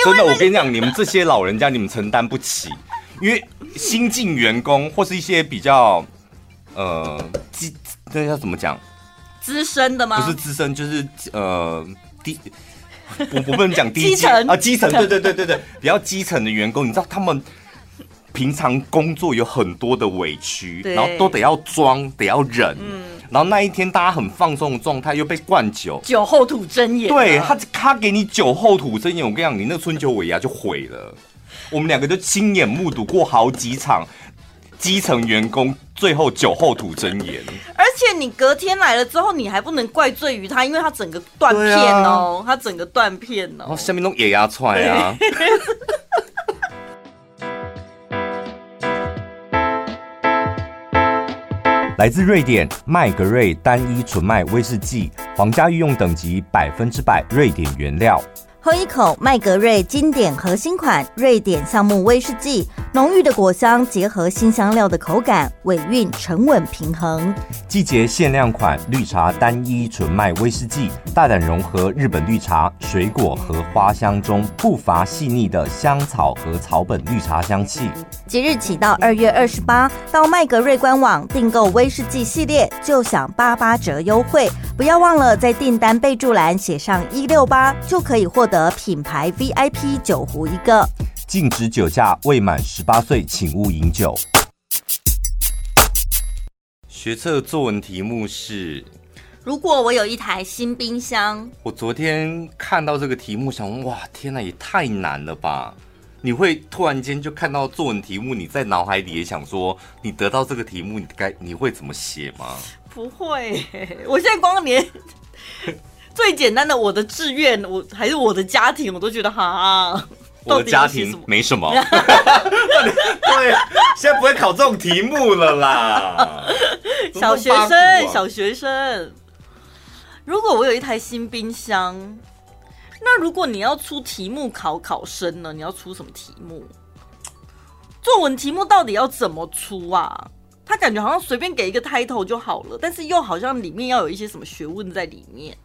S1: 真的，我跟你讲，你们这些老人家，你们承担不起，因为新进员工或是一些比较呃，基那要怎么讲？
S2: 资深的吗？
S1: 不是资深，就是呃低，我我不能讲低
S2: 基
S1: 阶
S2: 层
S1: 啊，基层，对对对对对，比较基层的员工，你知道他们平常工作有很多的委屈，
S2: 对嗯
S1: 然后都得要装，得要忍，然后那一天大家很放松的状态又被灌酒。
S2: 酒后吐真言啊，
S1: 对他，他给你酒后吐真言，我跟你讲，你那春秋尾牙就毁了。我们两个就亲眼目睹过好几场基层员工最后酒后吐真言。
S2: 而且你隔天来了之后，你还不能怪罪于他，因为他整个断片
S1: 啊
S2: 哦，他整个断片
S1: 然后
S2: 哦。
S1: 下面弄野鸭踹啊。 (laughs) 来自瑞典麦格瑞单一纯麦威士忌，皇家御用等级百分之百瑞典原料。
S4: 喝一口麦格瑞经典核心款瑞典橡木威士忌，浓郁的果香结合新香料的口感，尾韵沉稳平衡。
S1: 季节限量款绿茶单一纯麦威士忌，大胆融合日本绿茶、水果和花香中不乏细腻的香草和草本绿茶香气。
S4: 即日起到二月二十八，到麦格瑞官网订购威士忌系列就享八八折优惠，不要忘了在订单备注栏写上一六八，就可以获得品牌 VIP 酒壶一个。
S1: 禁止酒驾，未满十八岁请勿饮酒。学测作文题目是，
S2: 如果我有一台新冰箱，
S1: 我昨天看到这个题目，想哇，天哪，也太难了吧！你会突然间就看到作文题目，你在脑海里也想说，你得到这个题目，你该你会怎么写吗？
S2: 不会 (laughs) 欸、我现在
S1: (laughs)
S2: 光连最简单的我的志愿，我还是我的家庭，我都觉得哈，啊
S1: 我的家
S2: 到底要写什
S1: 庭
S2: 么
S1: 没什
S2: (laughs)
S1: 么， (laughs) 对，现在不会考这种题目了
S2: (laughs)
S1: 啦。
S2: 小学
S1: 怎么那么八
S2: 生，
S1: 股啊
S2: 小学生。如果我有一台新冰箱，那如果你要出题目考考生呢？你要出什么题目？作文题目到底要怎么出啊？他感觉好像随便给一个 title 就好了，但是又好像里面要有一些什么学问在里面。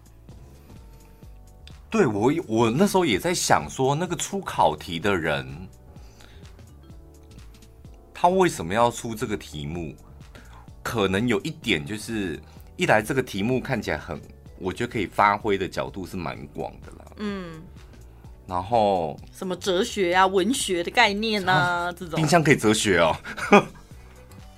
S1: 对我，我那时候也在想说，那个出考题的人，他为什么要出这个题目？可能有一点就是，一来这个题目看起来很，我觉得可以发挥的角度是蛮广的啦。
S2: 嗯，
S1: 然后
S2: 什么哲学啊、文学的概念啊，这种
S1: 冰。箱可以哲学哦，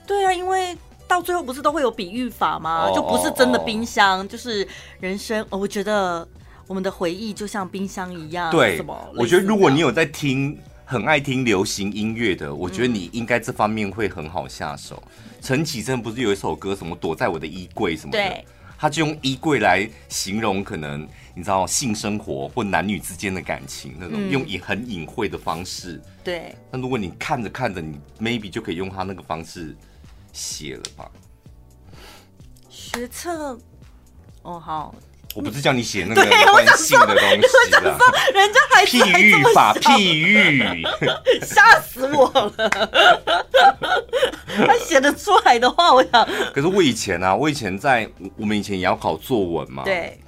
S2: 对啊，因为到最后不是都会有比喻法吗？
S1: 哦
S2: 就不是真的冰箱，就是人生、哦。我觉得我们的回忆就像冰箱一样。
S1: 对
S2: 啊什么，？
S1: 我觉得如果你
S2: 有
S1: 有在听，很爱听流行音乐的，我觉得
S2: 嗯
S1: 你应该这方面会很好下手。陈绮贞不是有一首歌什么躲在我的衣柜什么的
S2: 对，
S1: 她就用衣柜来形容可能你知道性生活或男女之间的感情那种，
S2: 嗯
S1: 用以很隐晦的方式。
S2: 对，
S1: 那如果你看着看着，你 maybe 就可以用他那个方式写了吧？
S2: 学测。哦，好，
S1: 我不是叫你写那个
S2: (laughs) 对我
S1: 关于
S2: 想
S1: 性的东西啦，
S2: 人家还
S1: 譬喻
S2: (laughs)
S1: 法，譬喻。
S2: 吓死我了！他写得出来的话，我
S1: (laughs)
S2: 想
S1: 可是我以前啊，我以前在我我们以前也要考作文嘛。。
S2: 对，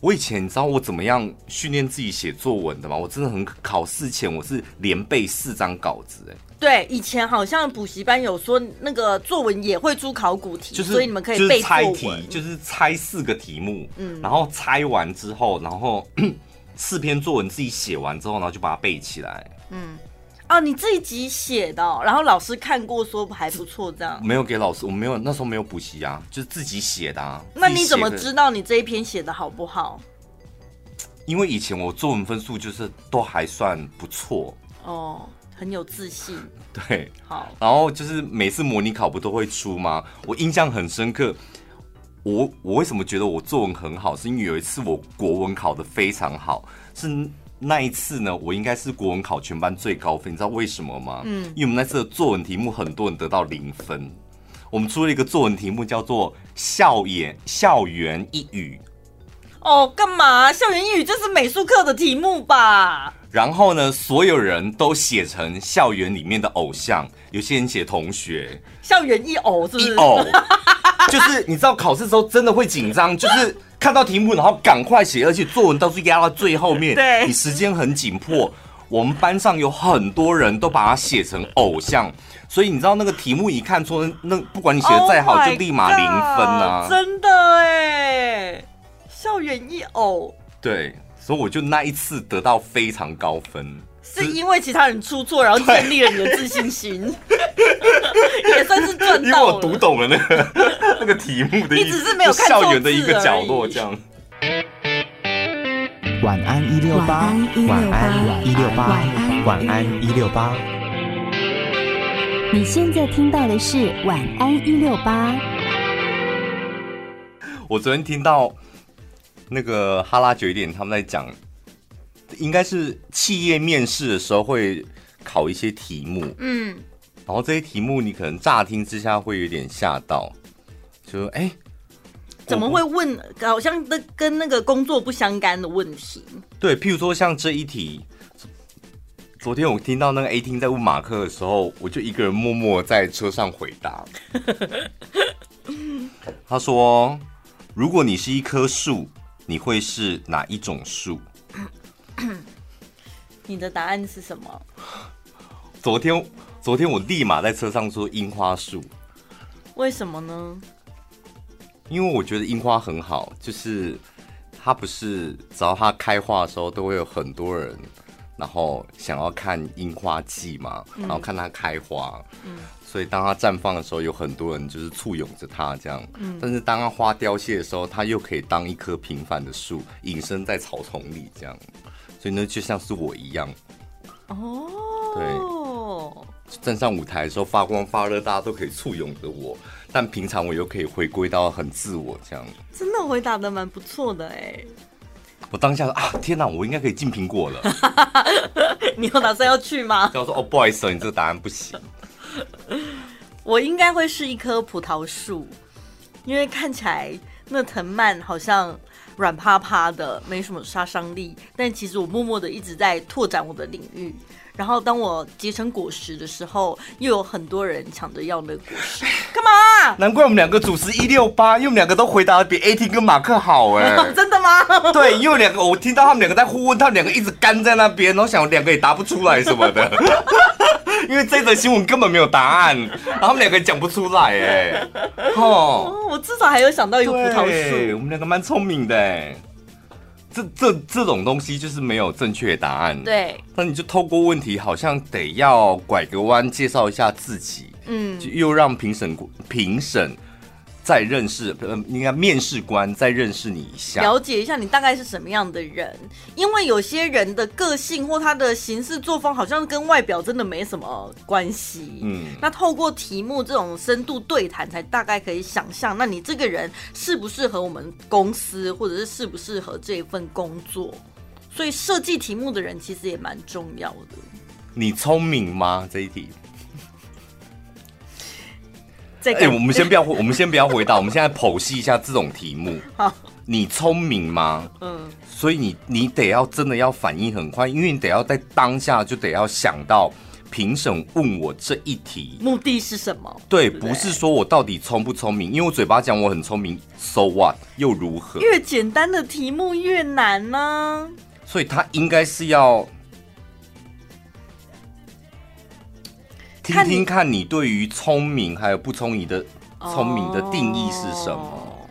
S1: 我以前你知道我怎么样训练自己写作文的吗？我真的很考试前我是连背四张稿子、哎，
S2: 对，以前好像补习班有说那个作文也会出考古题，
S1: 就是
S2: 所以你们可
S1: 就
S2: 以
S1: 是
S2: 背作
S1: 猜
S2: 文。嗯
S1: 题，就是猜四个题目，然后猜完之 (coughs) 后，然后四篇作文自己写完之后，然后就把它背起来。
S2: 嗯，哦，你自己写的哦、然后老师看过说还不错这样。
S1: 没有给老师，我没有那时候没有补习啊，就是自己写的啊。
S2: 那
S1: 自己
S2: 你
S1: 写
S2: 怎么
S1: 的
S2: 知道你这一篇写的好不好？
S1: 因为以前我作文分数就是都还算不错，
S2: 哦，很有自信。
S1: 对。
S2: 好，
S1: 然后就是每次模拟考不都会出吗？我印象很深刻。我我为什么觉得我作文很好？是因为有一次我国文考得非常好，是那一次呢，我应该是国文考全班最高分，你知道为什么吗？嗯，因为我们那次的作文题目很多人得到零分，我们出了一个作文题目叫做“校园校园一语”，
S2: 哦，干嘛？校园英语这是美术课的题目吧？
S1: 然后呢，所有人都写成校园里面的偶像，有些人写同学，
S2: 校园一偶是不
S1: 一
S2: 是？
S1: 偶， (laughs) 就是你知道考试的时候真的会紧张，就是看到题目然后赶快写，而且作文都是压到最后面，
S2: 对
S1: 你时间很紧迫。我们班上有很多人都把它写成偶像，所以你知道那个题目一看出那不管你写的再好
S2: Oh my
S1: 就立马零分啊
S2: Oh God，。真的哎，校园一偶
S1: 对，所以我就那一次得到非常高分。
S2: 是因为其他人出错，然后建立了你的自信心， (laughs) 也算是赚
S1: 因为
S2: 到
S1: 我
S2: 了。
S1: 读懂了那个 (laughs) 那个题目的意思，
S2: 你只是没有看错
S1: 校园的一个角落
S2: 字而已
S1: 这样。
S5: 晚安一六八，晚安一六八，晚安一六八。
S6: 你现在听到的是《晚安一六八》。
S1: 我昨天听到那个哈拉九一点他们在讲，应该是企业面试的时候会考一些题目，
S2: 嗯，
S1: 然后这些题目你可能乍听之下会有点吓到，就说哎、
S2: 怎么会问？好像跟跟那个工作不相干的问题。
S1: 对，譬如说像这一题，昨天我听到那个 A 厅在问马克的时候，我就一个人默默在车上回
S2: (laughs)
S1: 答。他说：“如果你是一棵树，你会是哪一种树
S2: 你的答案是什么？？”
S1: 昨天，昨天我立马在车上说樱花树，
S2: 为什么呢？
S1: 因为我觉得樱花很好，就是它不是只要它开花的时候，都会有很多人，然后想要看樱花季嘛，然后看它开花，所以当它绽放的时候，有很多人就是簇拥着它这样，但是当它花凋谢的时候，它又可以当一棵平凡的树，隐身在草丛里这样，所以呢，就像是我一样，
S2: 哦，
S1: 站上舞台的时候发光发热，大家都可以簇拥着我，但平常我又可以回归到很自我这样。
S2: 真的回答的蛮不错的哎。
S1: 我当下说啊，天哪，我应该可以进苹果了。
S2: (laughs) 你有打算要去吗？
S1: (laughs) 然后说哦，不好意思哦，你这个答案不行。
S2: 我应该会是一棵葡萄树，因为看起来那藤蔓好像软趴趴的，没什么杀伤力。但其实我默默的一直在拓展我的领域。然后当我结成果实的时候，又有很多人抢着要那个果实，干嘛？
S1: 难怪我们两个主持一六八，因为我们两个都回答的比 AT 跟马克好哎、
S2: 哦真的吗？ (laughs)
S1: 对，因为两个我听到他们两个在互问，他们两个一直干在那边，然后想两个也答不出来什么的。 (laughs) 因为这则新闻根本没有答案，然后他们两个讲不出来哎、哦，
S2: 哦我至少还有想到一个葡萄
S1: 对
S2: 树
S1: 我。们两个蛮聪明的哎、这这这种东西就是没有正确答案。。
S2: 对，
S1: 那你就透过问题，好像得要拐个弯，介绍一下自己，
S2: 嗯
S1: 就又让评审过评审再认识，呃，应该面试官再认识你一下
S2: 了。解一下你大概是什么样的人，因为有些人的个性或他的行事作风好像跟外表真的没什么关系。
S1: 嗯
S2: 那透过题目这种深度对谈，才大概可以想象，那你这个人适不适合我们公司，或者是适不适合这一份工作。所以设计题目的人其实也蛮重要的。
S1: 你聪明吗？这一题，
S2: 再
S1: 哎、
S2: 改
S1: 我们先不要回，我们先不要回答，我们现在剖析一下这种题目。
S2: (laughs) 好，
S1: 你聪明吗？
S2: 嗯，
S1: 所以你你得要真的要反应很快，因为你得要在当下就得要想到评审问我这一题，
S2: 目的是什么？
S1: 对，
S2: 对不对
S1: 不是说我到底聪不聪明，因为我嘴巴讲我很聪明，so what 又如何？
S2: 越简单的题目越难啊呢、
S1: 所以他应该是要听
S2: 看你
S1: 听看你对于聪明还有不聪明的聪明的定义是什么，
S2: 哦？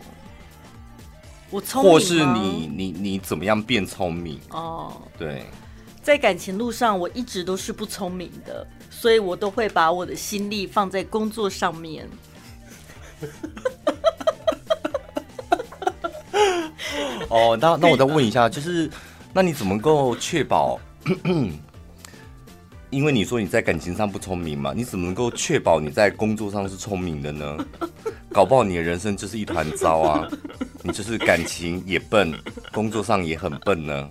S2: 我聪明吗
S1: 或是你你你怎么样变聪明？
S2: 哦，
S1: 对，
S2: 在感情路上，我一直都是不聪明的，所以我都会把我的心力放在工作上面。
S1: 哦，那那我再问一下，就是那你怎么够确保？因为你说你在感情上不聪明嘛，你怎么能够确保你在工作上是聪明的呢？搞不好你的人生就是一团糟啊！你就是感情也笨，工作上也很笨呢。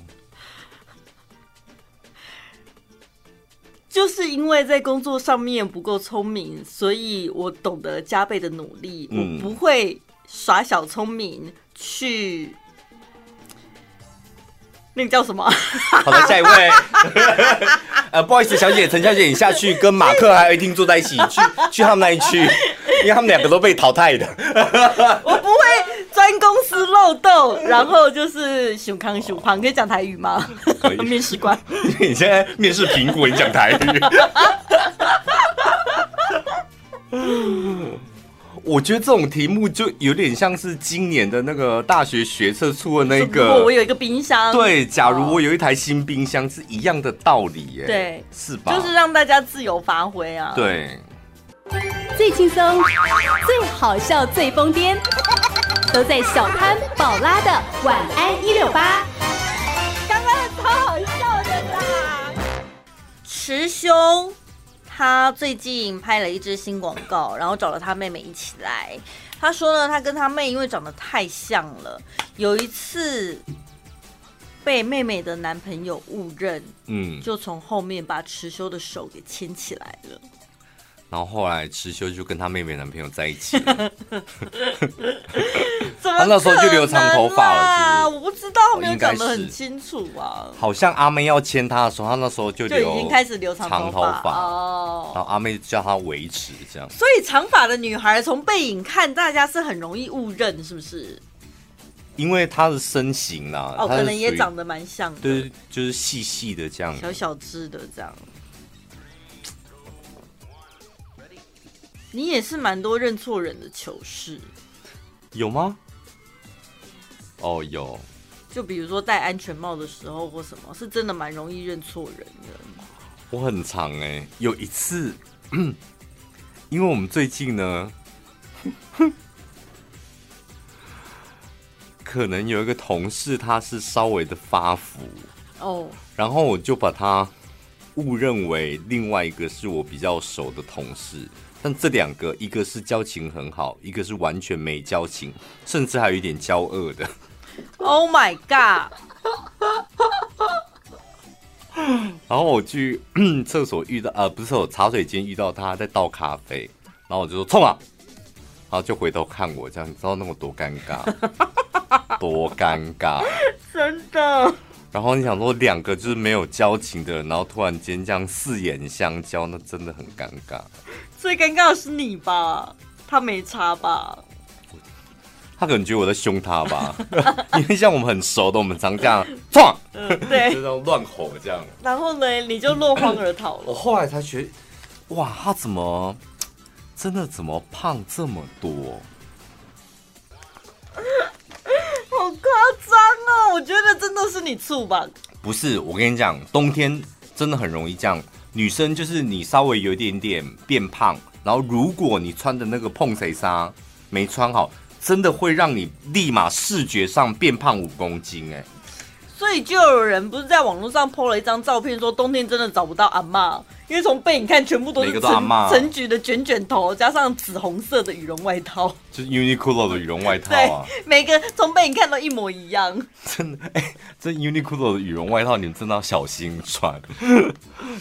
S2: 就是因为在工作上面不够聪明，所以我懂得加倍的努力，
S1: 嗯
S2: 我不会耍小聪明去。那个叫什么？
S1: 好的，下一位。呃，不好意思，小姐，陈小姐，你下去跟马克还有一定坐在一起，去去他们那一区，因为他们两个都被淘汰的。
S2: 我不会钻公司漏洞，然后就是熊康熊胖，可以讲台语吗
S1: 可以？
S2: 面试官，
S1: (laughs) 你现在面试苹果，你讲台语。 (laughs) 我觉得这种题目就有点像是今年的那个大学学测出的那
S2: 如果
S1: 个
S2: 我，有一个冰箱，
S1: 对，假如我有一台新冰箱是一样的道理耶，
S2: 哦对
S1: 是吧？
S2: 就是让大家自由发挥啊。，
S1: 对，
S6: 最轻松、最好笑、最疯癫，都在小潘宝拉的《晚安一六八》。
S2: 池修他最近拍了一支新广告，然后找了他妹妹一起来。他说呢，他跟他妹因为长得太像了，有一次被妹妹的男朋友误认，
S1: 嗯，
S2: 就从后面把池修的手给牵起来了。
S1: 然后后来池修就跟她妹妹男朋友在一起了，
S2: 怎么、
S1: 他那时候就留长头发了是不
S2: 啊我不知道，没有讲得
S1: 应该是
S2: 很清楚啊，
S1: 好像阿妹要牵他的时候，他那时候就
S2: 就
S1: 留
S2: 已经开始留长
S1: 长头
S2: 发
S1: 发，然
S2: 哦。
S1: 后阿妹叫他维持这样。
S2: 所以长发的女孩从背影看，大家是很容易误认，是不是？
S1: 因为他的身形啦，
S2: 哦，
S1: 他
S2: 可
S1: 啊是
S2: 能也
S1: 属于
S2: 长得蛮像的，
S1: 对，就是细细的这样。
S2: 小小只的这样。你也是蛮多认错人的糗事，
S1: 有吗？哦，有，
S2: 就比如说戴安全帽的时候或什么，是真的蛮容易认错人的。
S1: 我很长哎、有一次， (clears throat) 因为我们最近呢， (laughs) 可能有一个同事他是稍微的发福，
S2: 哦，
S1: 然后我就把他误认为另外一个是我比较熟的同事，但这两个一个是交情很好，一个是完全没交情，甚至还有一点交恶的。
S2: Oh my god！
S1: 然后我去 (clears throat) 厕所遇到，呃，不是厕所茶水间遇到他在倒咖啡，然后我就说冲啊，然后就回头看我这样，你知道那么多尴尬，多尴尬。
S2: (laughs) 真的，
S1: 然后你想说两个就是没有交情的人，然后突然间这样四眼相交，那真的很尴尬。
S2: 最尴尬的是你吧？他没差吧？
S1: 他可能觉得我在凶他吧，因为像我们很熟的，我们常这样冲啊，
S2: 嗯，
S1: 就 (laughs)
S2: 对。
S1: 这样乱吼这样。
S2: 然后呢，你就落荒而逃
S1: 我 (coughs)
S2: 了。
S1: 后来才觉得，哇，他怎么真的怎么胖这么多？
S2: 好夸张哦！我觉得真的是你醋吧？
S1: 不是，我跟你讲，冬天真的很容易这样。女生就是你稍微有一点点变胖，然后如果你穿的那个碰谁纱没穿好，真的会让你立马视觉上变胖五公斤、哎，
S2: 所以就有人不是在网络上 po 了一张照片，说冬天真的找不到阿嬷，因为从背影看全部都
S1: 每
S2: 是
S1: 个都阿
S2: 陈
S1: 嬷啊
S2: 陈菊的卷卷头，加上紫红色的羽绒外套，
S1: 就是 Uniqlo 的羽绒外套
S2: (laughs) 对
S1: 啊，，
S2: 每个从背影看都一模一样。
S1: 真的，哎、这 Uniqlo 的羽绒外套你们真的要小心穿， (laughs)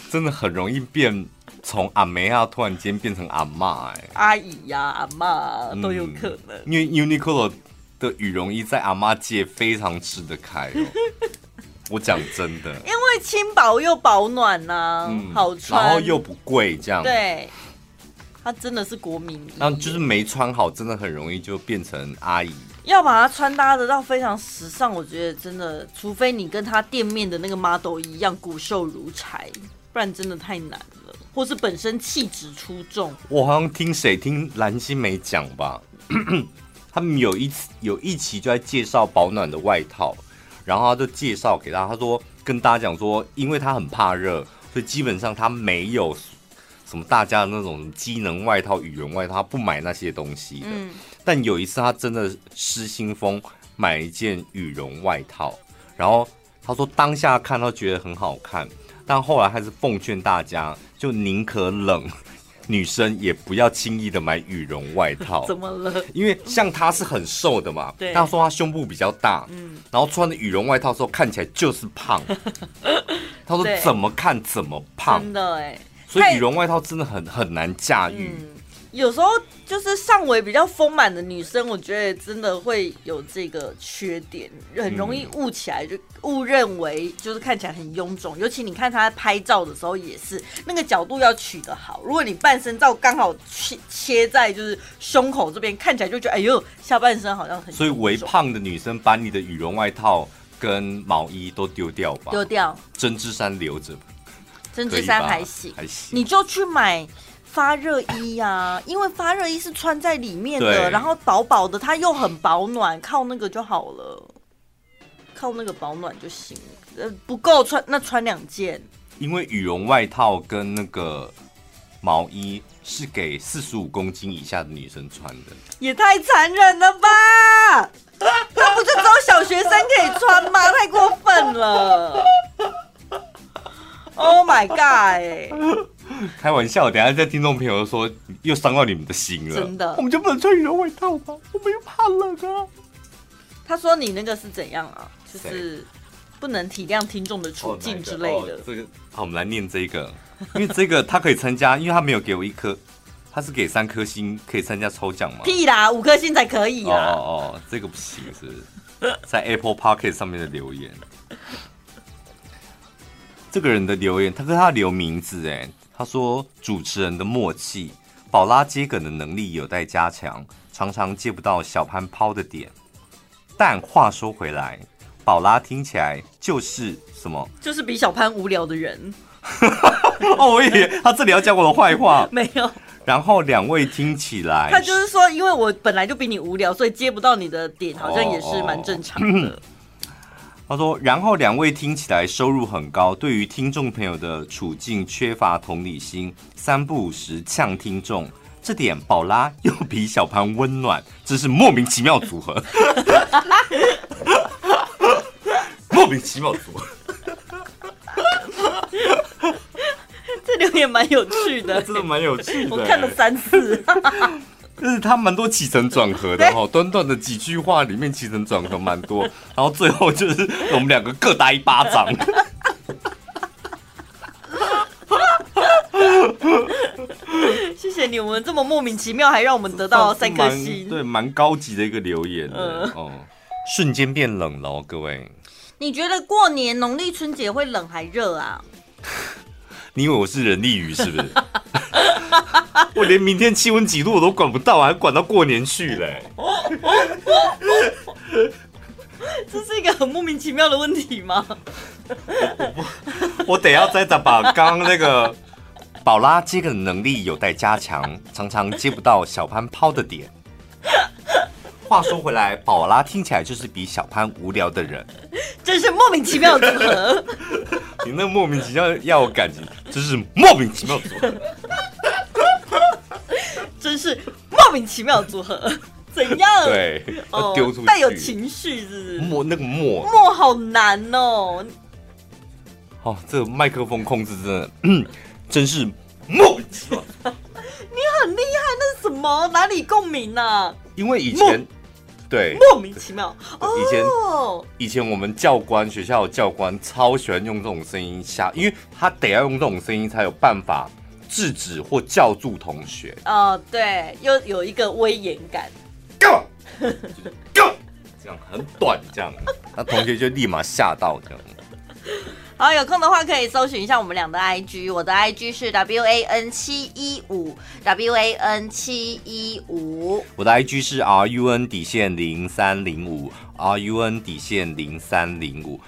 S1: 真的很容易变从阿梅啊突然间变成阿嬷哎、
S2: 阿姨呀、阿嬷啊都有
S1: 嗯
S2: 可能。
S1: 因为 Uniqlo 的羽绒衣在阿妈界非常吃得开、
S2: (laughs)
S1: 哦。我讲真的，
S2: 因为轻薄又保暖呐、嗯好
S1: 嗯
S2: 穿，
S1: 然后又不贵，这样，
S2: 对，它真的是国民衣，
S1: 然后就是没穿好，真的很容易就变成阿姨。
S2: 要把它穿搭得到非常时尚，我觉得真的，除非你跟他店面的那个 model 一样骨瘦如柴，不然真的太难了，或是本身气质出众，
S1: 我好像听谁听蓝心湄讲吧，他们有一次有一期就在介绍保暖的外套，然后他就介绍给他，他说跟大家讲说，因为它很怕热，所以基本上它没有什么大家的那种机能外套、羽绒外套，它不买那些东西的。
S2: 嗯，
S1: 但有一次他真的失心疯买一件羽绒外套，然后他说当下看到觉得很好看，但后来还是奉劝大家，就宁可冷，女生也不要轻易的买羽绒外套。
S2: 怎么了？
S1: 因为像她是很瘦的嘛，
S2: 对嗯
S1: 他说她胸部比较大，然后穿着羽绒外套的时候看起来就是
S2: (laughs)
S1: 胖。他说
S2: 对
S1: 怎么看怎么胖，
S2: 真的哎、
S1: 所以
S2: 太
S1: 羽绒外套真的很很难驾驭。
S2: 嗯，有时候就是上围比较丰满的女生，我觉得真的会有这个缺点，很容易误起来，就误认为就是看起来很臃肿。尤其你看她拍照的时候也是，那个角度要取得好。如果你半身照刚好切切在就是胸口这边，看起来就觉得哎呦，下半身好像很
S1: 所以微
S2: 臃肿
S1: 胖的女生把你的羽绒外套跟毛衣都丢掉吧，
S2: 丢掉，
S1: 针织衫留着，
S2: 针
S1: 可
S2: 织
S1: 以
S2: 衫
S1: 吧
S2: 还行。
S1: 还行。
S2: 你就去买发热衣呀、因为发热衣是穿在里面的，
S1: 对
S2: 然后薄薄的，它又很保暖，靠那个就好了，靠那个保暖就行了。呃，不够穿那穿两件，
S1: 因为羽绒外套跟那个毛衣是给四十五公斤以下的女生穿的，
S2: 也太残忍了吧！那不就只有小学生可以穿吗？太过分了！Oh my god！哎、
S1: 开玩笑，等一下在听众朋友说又伤到你们的心了，
S2: 真的
S1: 我们就不能穿羽绒外套吗？我们又怕冷啊。
S2: 他说你那个是怎样啊？就是不能体谅听众的处境之类的。
S1: 哦这个好，我们来念这个，因为这个他可以参加，因为他没有给我一颗，他是给三颗星，可以参加抽奖吗？
S2: 屁啦，五颗星才可以
S1: 哦
S2: 啦。
S1: 哦哦，这个不行，是 (laughs) 不是在 Apple Pocket 上面的留言。这个人的留言，他跟他留名字，哎，他说主持人的默契，宝拉接梗的能力有待加强，常常接不到小潘抛的点。但话说回来，宝拉听起来就是什么？ (laughs)
S2: 就是比小潘无聊的人，
S1: 哦，我以为他这里要讲我的坏
S2: (laughs)
S1: 话。
S2: 没有，
S1: 然后两位听起来，
S2: 他就是说，因为我本来就比你无聊，所以接不到你的点，好像也是蛮正常
S1: 哦
S2: 的。
S1: 他说：“然后两位听起来收入很高，对于听众朋友的处境缺乏同理心，三不五时呛听众，这点宝拉又比小潘温暖，真是莫名其妙组合， (laughs) 莫名其妙组合，
S2: (laughs) 这留言蛮有趣
S1: (laughs)
S2: 的，
S1: 真的
S2: (laughs)
S1: 蛮有趣的。欸
S2: 我看了，三次。 (laughs)
S1: 就是他蛮多起承转合 (laughs) 的哈、哦，短短的几句话里面起承转合蛮多，然后最后就是我们两个各打一巴掌。”
S2: 谢谢你们这么莫名其妙，还让我们得到三颗
S1: 蛮
S2: 星。
S1: 对，蛮高级的一个留言的、
S2: 嗯
S1: 哦。瞬间变冷了、哦，各位，
S2: 你觉得过年农历春节会冷还热啊？
S1: 你以为我是人力鱼是 (laughs) 不是？我连明天气温几度我都管不到，还管到过年去嘞、
S2: 这是一个很莫名其妙的问题吗？ (laughs)
S1: 我得要再把刚刚那个宝拉接梗的能力有待加强，常常接不到小潘抛的点。话说回来，宝拉听起来就是比小潘无聊的人。
S2: 真是莫名其妙组合。 (laughs)
S1: 你那莫名其妙要我感情，真是莫名其妙组合。
S2: 真是莫名其妙组合， (laughs) 怎样？
S1: 对，要
S2: (laughs) 哦，
S1: 丢出去。
S2: 带有情绪是不是？
S1: 墨那个墨
S2: 默好难哦，
S1: 哦，这个麦克风控制真的，嗯真是莫名其妙。
S2: 很厉害，那是什么？哪里共鸣啊？
S1: 因为以前对
S2: 莫名其妙
S1: 以前
S2: 哦，
S1: 以前我们教官学校的教官超喜欢用这种声音吓，因为他得要用这种声音才有办法制止或叫住同学。
S2: 哦，对，又有一个威严感，
S1: Go (laughs) go，这样很短，这样， (laughs) 那同学就立马吓到这样。
S2: 好，有空的话可以搜寻一下我们俩的 IG，我的 IG 是 WAN 七一五 WAN 七一五。
S1: 我的 IG 是 RUN 底线零三零五，RUN 底线零三零五。